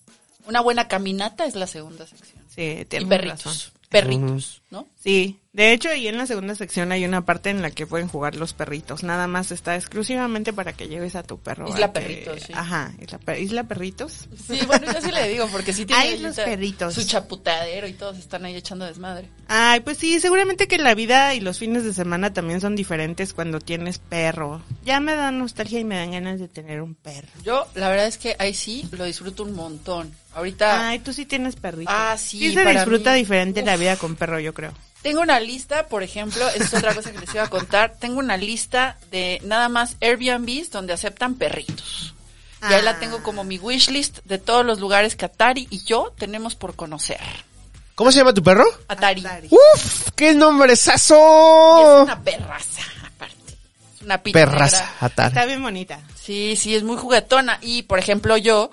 una buena caminata es la segunda sección.
Sí,
Y
tienes
perritos,
razón.
perritos, ¿no?
Sí, de hecho ahí en la segunda sección hay una parte en la que pueden jugar los perritos. Nada más está exclusivamente para que lleves a tu perro.
Isla
a que-
Perritos, sí.
Ajá, Isla, Per- Isla Perritos.
Sí, bueno, yo sí le digo porque sí tiene
Ay,
ahí
los
ta-
perritos.
su chaputadero y todos están ahí echando desmadre.
Ay, pues sí, seguramente que la vida y los fines de semana también son diferentes cuando tienes perro. Ya me da nostalgia y me dan ganas de tener un perro.
Yo la verdad es que ahí sí lo disfruto un montón. Ahorita
Ay, tú sí tienes perrito.
Ah, sí,
Sí se
para
disfruta
mí.
diferente la
Uf.
vida con perro, yo creo.
Tengo una lista, por ejemplo, esa es otra cosa que les iba a contar. Tengo una lista de nada más Airbnbs donde aceptan perritos. Y ahí la
Ah.
tengo como mi wish list de todos los lugares que Atari y yo tenemos por conocer.
¿Cómo se llama tu perro?
Atari.
Atari.
¡Uf! ¡Qué
Y es
nombrezazo!
una perraza, aparte. Es una pinche
Perraza,
negra.
Atar.
Está bien bonita.
Sí, sí, es muy juguetona. Y, por ejemplo, yo,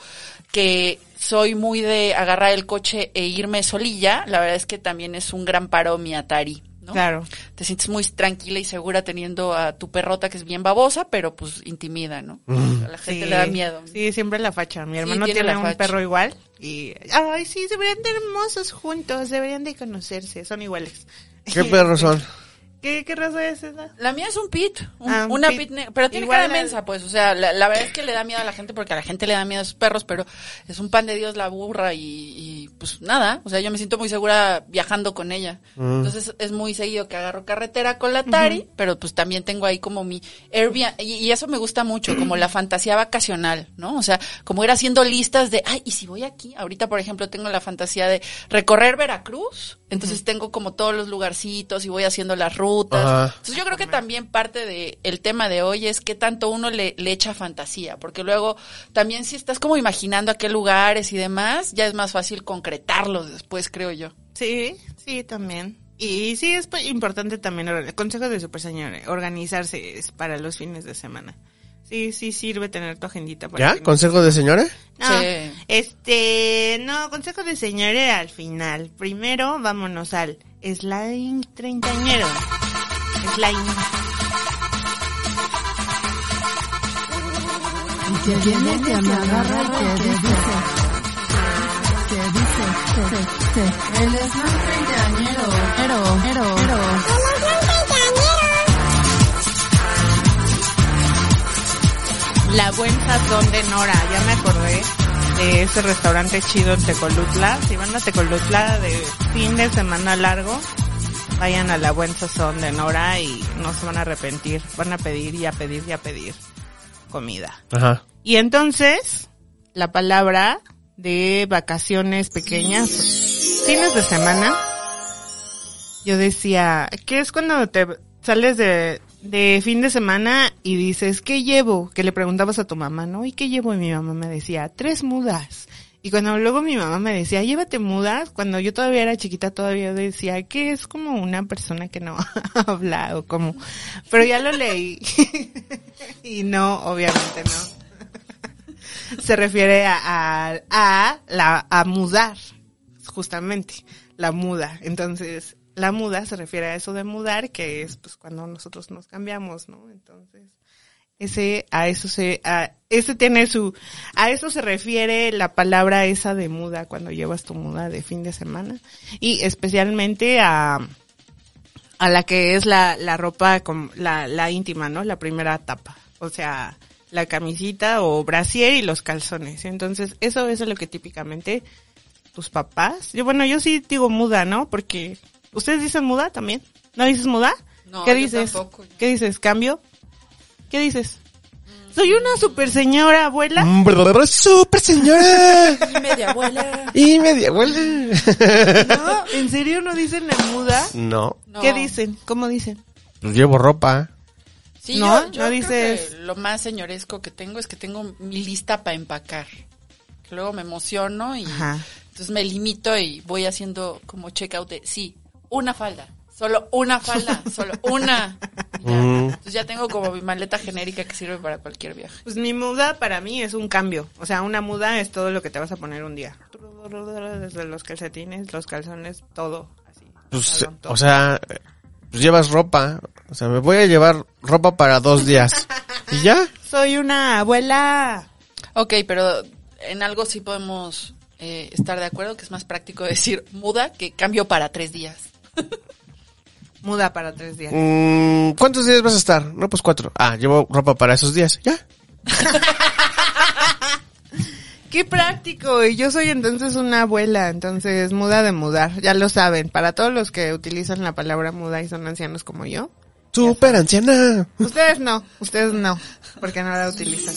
que soy muy de agarrar el coche e irme solilla, la verdad es que también es un gran paro mi Atari, ¿no?
Claro.
Te sientes muy tranquila y segura teniendo a tu perrota que es bien babosa, pero pues intimida, ¿no? A la gente
Mm. Sí.
le da miedo.
Sí, siempre la facha. Mi
Sí,
hermano
tiene
tiene,
la
un
facha.
perro igual. Y, ay, sí, se verían de hermosos juntos. Deberían de conocerse. Son iguales.
¿Qué perros son?
¿Qué, qué raza es esa?
La mía es un pit, un-
Ah, un
una
pit.
pit, ne- pero tiene
Igual
cara de
la-
mensa, pues, o sea, la, la verdad es que le da miedo a la gente porque a la gente le da miedo a sus perros, pero es un pan de Dios la burra y, y, pues nada, o sea, yo me siento muy segura viajando con ella. Entonces es muy seguido que agarro carretera con la Tari, pero pues también tengo ahí como mi Airbnb, y, y eso me gusta mucho, como la fantasía vacacional, ¿no? O sea, como ir haciendo listas de, ay, y si voy aquí, ahorita por ejemplo tengo la fantasía de recorrer Veracruz, entonces tengo como todos los lugarcitos y voy haciendo las rutas.
Ajá.
Entonces yo creo que también parte del tema de hoy es qué tanto uno le, le echa fantasía, porque luego también si estás como imaginando a qué lugares y demás, ya es más fácil concretarlos después, creo yo.
Sí, sí, también. Y sí, es pues, importante también, el consejo de Super Señor, eh, organizarse es para los fines de semana. Sí, sí sirve tener tu agendita. Para
¿Ya?
fines.
¿Consejo de señora?
No,
Sí.
este, no, consejo de señor eh, al final. Primero, vámonos al slime treintañero. Slime.
Que viene, que me agarra y que dice. Que dice, se, se. El es más treintañero. Ero, ero, ero.
La buen sazón de Nora, ya me acordé. de ese restaurante chido en Tecolutla. Si van a Tecolutla de fin de semana largo, vayan a la Buen Sazón de Nora y no se van a arrepentir. Van a pedir y a pedir y a pedir comida.
Ajá.
Y entonces, la palabra de vacaciones pequeñas, fines de semana, yo decía, ¿qué es cuando te sales de, de fin de semana y dices, ¿qué llevo? Que le preguntabas a tu mamá, ¿no? ¿Y qué llevo? Y mi mamá me decía, tres mudas. Y cuando luego mi mamá me decía, llévate mudas, cuando yo todavía era chiquita todavía decía que es como una persona que no habla o como, pero ya lo leí. y no, obviamente no se refiere a, a, a la, a mudar, justamente, la muda. Entonces, la muda se refiere a eso de mudar, que es pues cuando nosotros nos cambiamos, ¿no? Entonces, ese, a eso se, a, ese tiene su, a eso se refiere la palabra esa de muda cuando llevas tu muda de fin de semana. Y especialmente a, a la que es la, la ropa, com- la, la íntima, ¿no? La primera tapa. O sea, la camisita o brasier y los calzones. Entonces, eso es lo que típicamente tus papás. Yo, bueno, yo sí digo muda, ¿no? Porque ustedes dicen muda también. ¿No dices muda?
No,
¿Qué
yo
dices?
tampoco, yo.
¿Qué dices? ¿Cambio? ¿Qué dices? Soy una super señora abuela.
Mm. ¡Super señora!
Media abuela.
y media abuela.
¿No? ¿En serio no dicen la muda?
no.
No.
¿Qué dicen? ¿Cómo dicen?
Pues llevo ropa.
Sí,
No,
yo,
no
yo creo
dices-
que lo más señoresco que tengo es que tengo mi lista para empacar. Que Luego me emociono y
Ajá.
entonces me limito y voy haciendo como checkout de, sí, una falda, solo una falda, solo una. Y ya. Entonces ya tengo como mi maleta genérica que sirve para cualquier viaje.
Pues mi muda para mí es un cambio. O sea, una muda es todo lo que te vas a poner un día. Desde los calcetines, los calzones, todo. Así.
Pues,
Todo, todo.
o sea, pues llevas ropa. O sea, me voy a llevar ropa para dos días. ¿Y ya?
Soy una abuela.
Ok, pero en algo sí podemos eh, estar de acuerdo que es más práctico decir muda que cambio para tres días.
Muda para tres días.
Mm, ¿Cuántos días vas a estar? No, pues cuatro. Ah, llevo ropa para esos días. ¿Ya?
Qué práctico. Y yo soy entonces una abuela. Entonces, muda de mudar. Ya lo saben. Para todos los que utilizan la palabra muda y son ancianos como yo.
¡Super anciana!
Ustedes no, ustedes no, porque no la utilizan.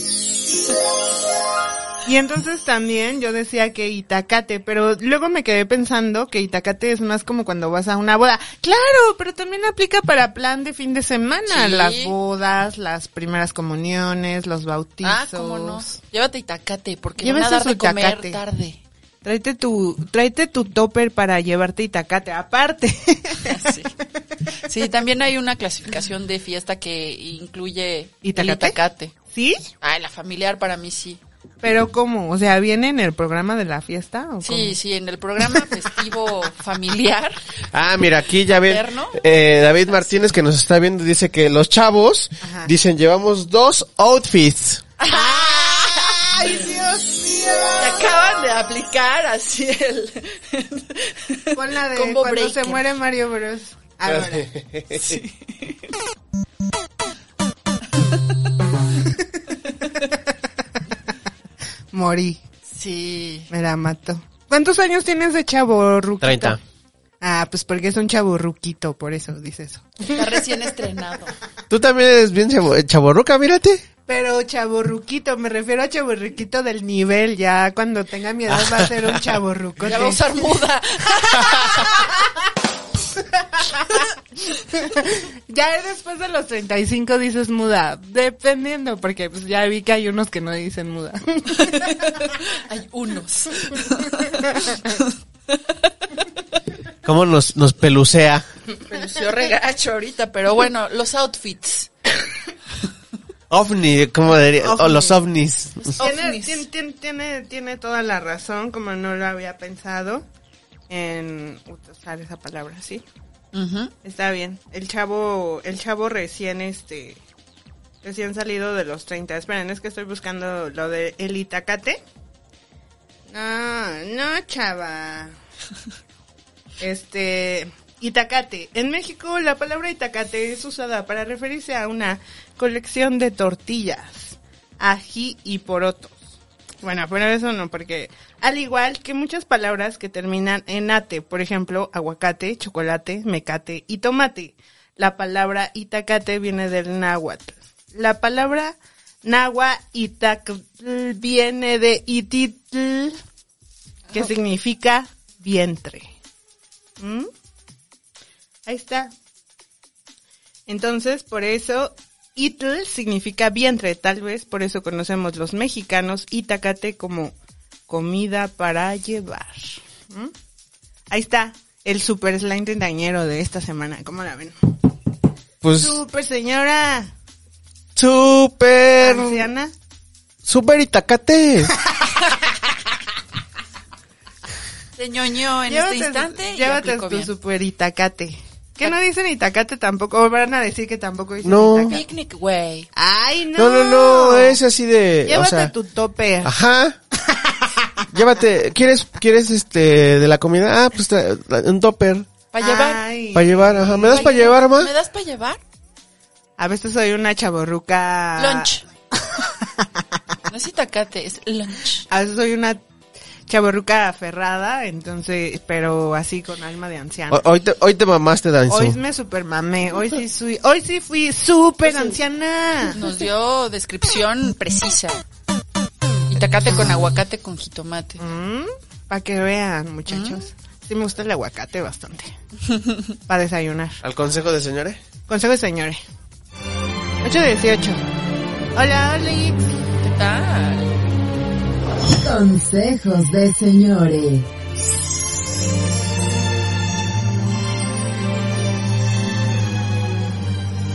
Y entonces también yo decía que Itacate, pero luego me quedé pensando que Itacate es más como cuando vas a una boda. Claro, pero también aplica para plan de fin de semana,
Sí.
las bodas, las primeras comuniones, los bautizos.
Ah, cómo no. Llévate itacate porque
Llévese
van a dar
su
de comer
itacate.
tarde.
Tráete tu tráete tu topper para llevarte Itacate aparte.
Sí. Sí, también hay una clasificación de fiesta que incluye
¿Itacate?
el itacate.
¿Sí?
Ah, la familiar para mí sí.
Pero cómo, o sea, viene en el programa de la fiesta o cómo?
Sí, sí, en el programa festivo familiar.
Ah, mira, aquí ya ven.
¿Eterno?
eh, David Martínez, que nos está viendo, dice que los chavos
Ajá.
dicen llevamos dos outfits.
Ay, Dios mío.
Te acaban de aplicar así el
Pon la de
combo
cuando se
breaker.
muere Mario Bros. Ahora. Morí,
Sí.
me la mató. ¿Cuántos años tienes de chavo ruquito?
Treinta.
Ah, pues porque es un chavo ruquito, por eso dice eso.
Está recién estrenado.
Tú también eres bien chavo- eh, chavorruca, mírate.
Pero chaborruquito, me refiero a chaborruquito del nivel, ya cuando tenga mi edad va a ser un chaborruco.
Ya va a usar muda.
Ya después de los 35 dices muda, dependiendo, porque pues ya vi que hay unos que no dicen muda.
Hay unos.
¿Cómo nos, nos pelucea?
Yo regacho ahorita, pero bueno, los outfits.
Ovni, ¿cómo diría? O
Ovni.
los ovnis.
Tiene,
Ovnis.
tiene, tiene, tiene, tiene toda la razón, como no lo había pensado en usar esa palabra, sí.
Ujú.
Está bien. El chavo, el chavo recién este recién salido de los 30. Esperen, es que estoy buscando lo de el Itacate. No, no, chava. Este, Itacate. En México la palabra Itacate es usada para referirse a una colección de tortillas, ají y porotos Bueno, pero eso no, porque al igual que muchas palabras que terminan en ate, por ejemplo, aguacate, chocolate, mecate y tomate, la palabra itacate viene del náhuatl. La palabra nahua itacl viene de ititl, que significa vientre. ¿Mm? Ahí está. Entonces, por eso Itl significa vientre, tal vez por eso conocemos los mexicanos Itacate como comida para llevar. ¿Mm? Ahí está el super slime treintañero de esta semana, ¿cómo la ven?
Pues
Super señora
súper,
anciana.
súper itacate.
Se ñoñó en este instante y
llévate
aplicó
tu
bien.
super Itacate. Que no dicen Itacate tampoco, o van a decir que tampoco dicen
Ah. No.
Itacate.
Picnic, güey.
Ay, no.
No, no, no, es así de,
Llévate
o sea, ah.
tu tope.
ajá. Llévate, ¿quieres, quieres este, de la comida? Ah, pues tra- tra- un topper.
Para llevar.
Ay.
Para llevar, ajá. ¿Me das
Pa'
para llevar, ma?
¿Me das para llevar?
A veces soy una chaborruca.
Lunch. No es itacate, es lunch.
A veces Ah, soy una chaborruca aferrada, entonces, pero así con alma de anciana.
Ho- Hoy te, hoy te mamaste, Danzo.
Hoy me supermamé, hoy sí fui, hoy sí fui súper anciana.
Nos dio descripción precisa. Itacate con aguacate con jitomate.
Para que vean, muchachos. Sí me gusta el aguacate bastante. Para desayunar.
¿Al consejo de señores?
Consejo de señores. 818. Hola, hola.
¿Qué tal?
Consejos de señores.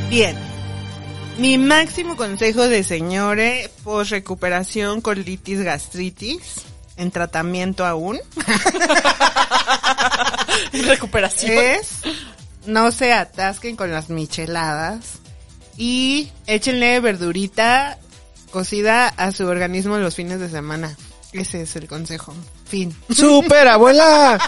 Bien. Mi máximo consejo de señores por recuperación colitis gastritis en tratamiento aún
Recuperación.
es no se atasquen con las micheladas y échenle verdurita cocida a su organismo los fines de semana. Ese es el consejo. Fin.
¡Súper, abuela!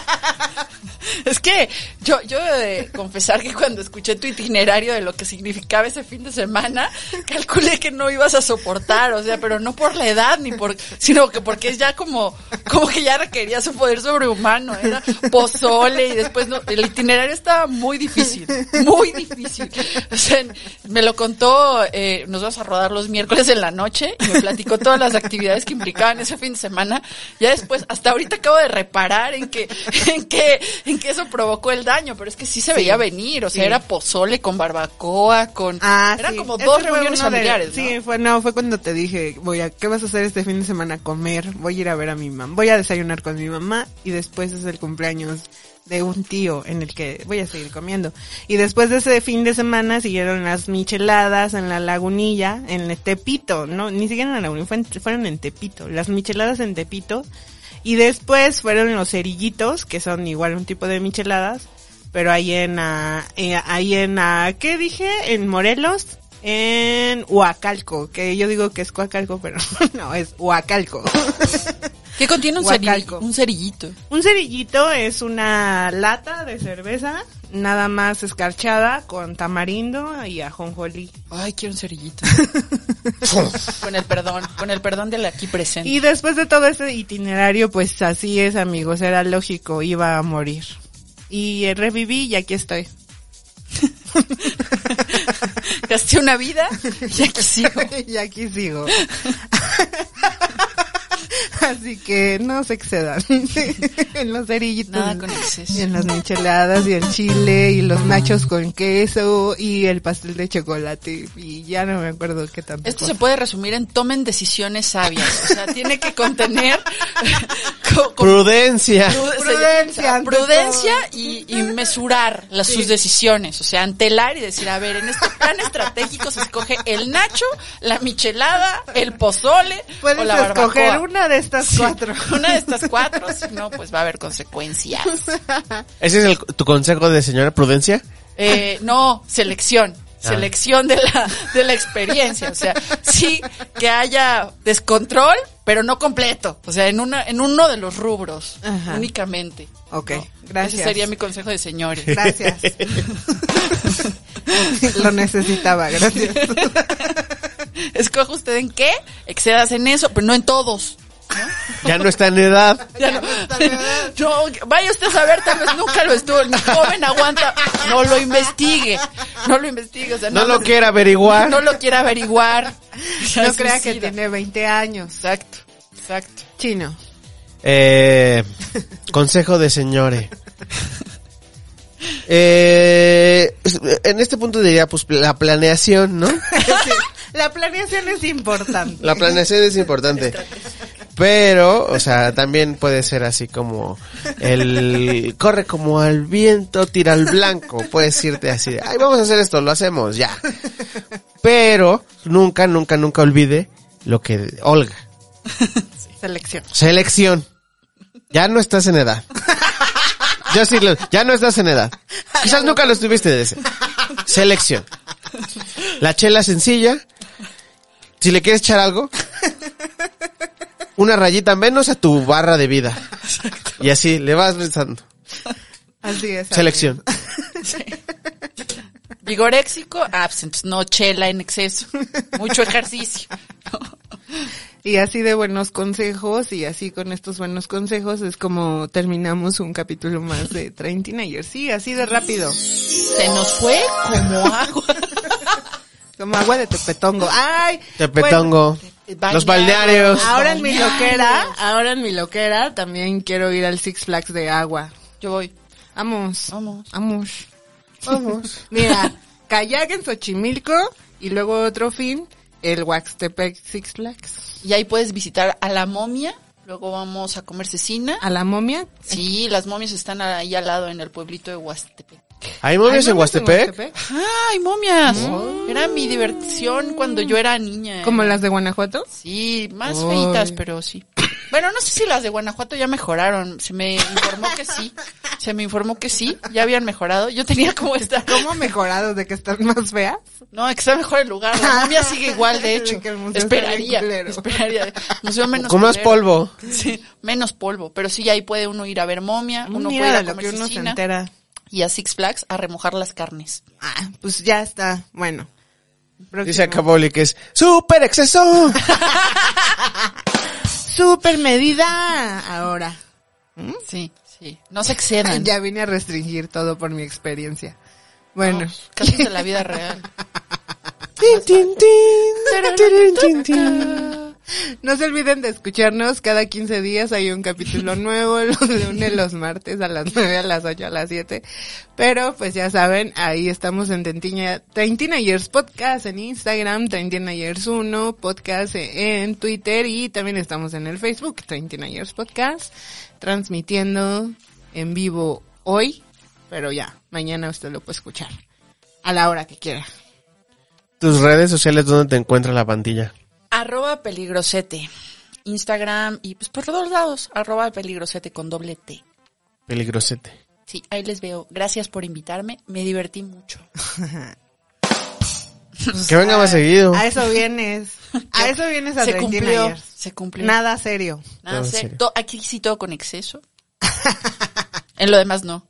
Es que yo, yo he de confesar que cuando escuché tu itinerario de lo que significaba ese fin de semana, calculé que no ibas a soportar, o sea, pero no por la edad ni por, sino que porque es ya como, como que ya requerías un poder sobrehumano, era pozole y después no, el itinerario estaba muy difícil, muy difícil. O sea, me lo contó, eh, nos vamos a rodar los miércoles en la noche y me platicó todas las actividades que implicaban ese fin de semana. Ya después, hasta ahorita acabo de reparar en que, en que, en que eso provocó el daño, pero es que sí se veía venir, o sea,
sí.
era pozole con barbacoa, con,
Ah,
era
sí.
como
Ese
dos
fue
reuniones
uno de-
familiares, ¿no?
Sí, fue, no, fue cuando te dije, voy a, ¿qué vas a hacer este fin de semana? Comer, voy a ir a ver a mi mamá, voy a desayunar con mi mamá y después es el cumpleaños de un tío en el que voy a seguir comiendo. Y después de ese fin de semana siguieron las micheladas en la lagunilla, en el Tepito, no, ni siquiera en la lagunilla, fue en- fueron en Tepito, las micheladas en Tepito. Y después fueron los cerillitos, que son igual un tipo de micheladas, pero ahí en, ah, eh, ahí en, ah, ¿qué dije? En Morelos, en Huacalco, que yo digo que es Huacalco, pero no, es Huacalco.
Que contiene un,
Guacalco.
cerill- un cerillito.
Un cerillito es una lata de cerveza, nada más escarchada, con tamarindo y ajonjolí.
Ay, quiero un cerillito. con el perdón, con el perdón del aquí presente.
Y después de todo ese itinerario, pues así es, amigos, era lógico, iba a morir. Y eh, reviví y aquí estoy.
Gasté una vida y aquí sigo.
y aquí sigo. Así que no se excedan en los cerillitos.
Nada con exceso.
Y en las micheladas y el chile y los nachos con queso y el pastel de chocolate. Y ya no me acuerdo qué tanto.
Esto se puede resumir en tomen decisiones sabias. O sea, tiene que contener co- co-
Prudencia.
pru-
Prudencia
se- o sea,
ante
prudencia y, y mesurar las, sus decisiones. O sea, antelar y decir, a ver, en este plan estratégico se escoge el nacho, la michelada, el pozole o
Puedes
la barbacoa.
escoger una de estas
Sí,
cuatro.
Una de estas cuatro, si no, pues va a haber consecuencias.
¿Ese es el- tu consejo de señora Prudencia?
Eh, no, selección.
Ah.
Selección de la, de la experiencia. O sea, sí que haya descontrol, pero no completo. O sea, en una, en uno de los rubros
Ajá.
únicamente.
Ok,
No,
gracias.
Ese sería mi consejo de señores.
Gracias. Lo necesitaba, gracias.
Escoja usted en qué, excedas en eso, pero no en todos.
Ya no está en edad.
Ya no. No, vaya usted a saber, tal vez nunca lo estuvo. Ni joven aguanta. No lo investigue. No lo investigue. O sea,
No
nada
lo
más-
quiera averiguar.
No lo quiera averiguar. Ya
No
es
crea que
suicida.
tiene 20 años.
Exacto, exacto.
Chino.
Eh, consejo de señores. Eh, en este punto diría, pues, la planeación, ¿no?
Sí, La planeación es importante.
La planeación es importante. Pero, o sea, también puede ser así como el corre como al viento, tira al blanco. Puedes irte así de, ay, vamos a hacer esto, lo hacemos, ya. Pero nunca, nunca, nunca olvide lo que Olga.
Selección.
Selección. Ya no estás en edad. Yo sí lo- ya no estás en edad. Quizás nunca lo estuviste de ese. Selección. La chela sencilla. Si le quieres echar algo, una rayita menos a tu barra de vida. Y así le vas pensando.
Así es.
Selección.
Vigoréxico, ah, pues entonces no chela en exceso. Mucho ejercicio.
Y así de buenos consejos y así con estos buenos consejos es como terminamos un capítulo más de Train Teenager. Sí, así de rápido.
Se nos fue como agua.
Como agua de tepetongo. Ay.
Tepetongo. Los balnearios.
bueno, ahora en mi loquera, ahora en mi loquera también quiero ir al Six Flags de agua.
Yo voy.
Vamos.
Vamos.
Vamos. Vamos. Mira, kayak en Xochimilco y luego otro fin, el Huaxtepec Six Flags.
Y ahí puedes visitar a la momia. Luego vamos a comer cecina.
A la momia.
Ah, Sí, las momias están ahí al lado en el pueblito de Huastepec.
¿Hay momios
Ay,
en
¿momias
Huastepec?
¡Ay, momias! Era mi diversión cuando yo era niña. ¿eh?
¿Como las de Guanajuato?
Sí, más
Ay.
feitas, pero sí. Bueno, no sé si las de Guanajuato ya mejoraron. Se me informó que sí. Se me informó que sí. Ya habían mejorado. Yo tenía como esta.
¿Cómo mejorado de que están más feas?
No, que está mejor el lugar. La momia sigue igual, de hecho.
Que el museo está bien
Esperaría.
culero.
Esperaría. Museo menos
Con más
culero.
polvo.
Sí, menos polvo. Pero sí, ahí puede uno ir a ver momia. Uno
Mm, Mira
puede ir a
lo
comer
que uno se
cecina
entera.
y a Six Flags a remojar las carnes.
Ah, pues ya está. Bueno.
Dice
Próximo.
Acaboli que es super exceso.
Super medida ahora.
Sí, sí. No se excedan.
Mm. Ya vine a restringir todo por mi experiencia. Bueno.
Casos de la vida real.
Tin, tin, tin, tin, tin, tin.
No se olviden de escucharnos. Cada 15 días hay un capítulo nuevo. Los lunes, los martes, a las 9, a las 8, a las 7. Pero pues ya saben, ahí estamos en Tentina- Train Teenagers Podcast en Instagram, Train Teenagers 1 Podcast en Twitter y también estamos en el Facebook, Train Teenagers Podcast, transmitiendo en vivo hoy. Pero ya, mañana usted lo puede escuchar. A la hora que quiera.
Tus redes sociales, ¿dónde te encuentra la pandilla?
Arroba peligrosete. Instagram y pues por todos lados. Arroba peligrosete con doble T.
Peligrosete.
Sí, ahí les veo. Gracias por invitarme. Me divertí mucho.
Que venga más seguido.
A eso vienes. A eso vienes a
Ah, Se
Train
cumplió.
Teenagers.
Se cumplió.
Nada serio.
Nada,
Todo
sé,
serio.
to- aquí sí todo con exceso. en lo demás no.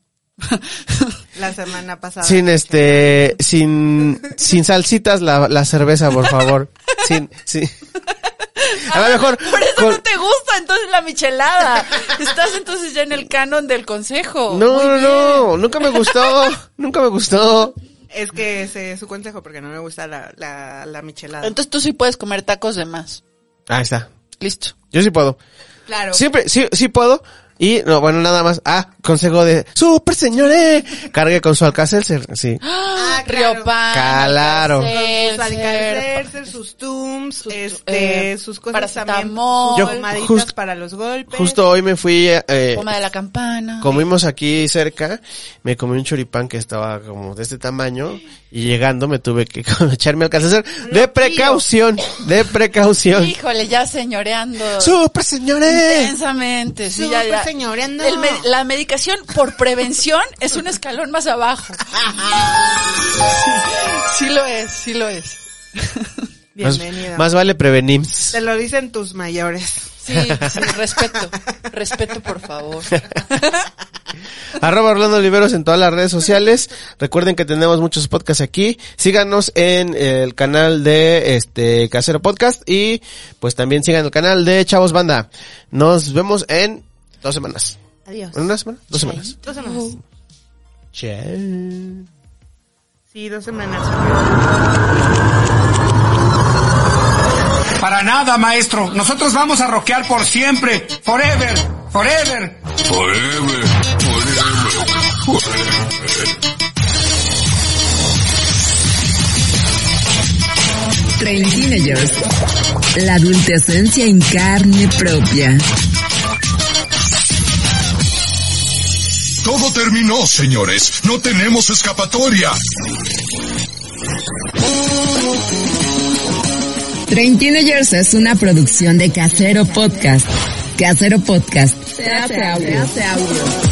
La semana pasada.
Sin este, sin, sin salsitas la, la cerveza, por favor. Sin, sin. A lo mejor.
Ah, Por eso
con-
no te gusta entonces la michelada. Estás entonces ya en el canon del consejo.
no, no, no, nunca me gustó, nunca me gustó.
Es que ese es su consejo porque no me gusta la, la, la michelada.
Entonces tú sí puedes comer tacos de más.
Ahí está.
Listo.
Yo sí puedo.
claro.
Siempre, sí, sí puedo. Y, no, bueno, nada más. Ah, consejo de, super señores, cargue con su alcacelser, sí.
Ah, claro.
Riopan.
Claro.
Sus
Alcacelser,
Alka-Seltzer, sus tums, este,
eh,
sus cosas también.
paracetamol.
Yo
Sus pomaditas
just-
para los golpes.
Justo hoy me fui, eh,
Poma de la campana.
Comimos aquí cerca, me comí un choripán que estaba como de este tamaño y llegando me tuve que echarme al calcecer de precaución, de precaución.
Híjole, ya señoreando.
¡Super señores!
Intensamente. sí,
Súper
ya, ya.
señoreando.
El me- la medicación por prevención es un escalón más abajo. Sí lo es, sí lo es.
Más,
Bienvenido.
más vale prevenir.
Te lo dicen tus mayores.
Sí, sí, respeto. Respeto, por favor.
Arroba Orlando Oliveros en todas las redes sociales. Recuerden que tenemos muchos podcasts aquí. Síganos en el canal de este Casero Podcast y pues también sigan el canal de Chavos Banda. Nos vemos en dos semanas.
Adiós.
¿En una semana? Dos semanas.
Dos semanas.
Che.
Sí, dos semanas.
Para nada, maestro. Nosotros vamos a rockear por siempre. Forever. Forever.
Forever, forever, forever.
Train Teenagers. La adultecencia en carne propia.
Todo terminó, señores. No tenemos escapatoria.
Train Teenagers es una producción de Casero Podcast. Casero Podcast. Se hace audio.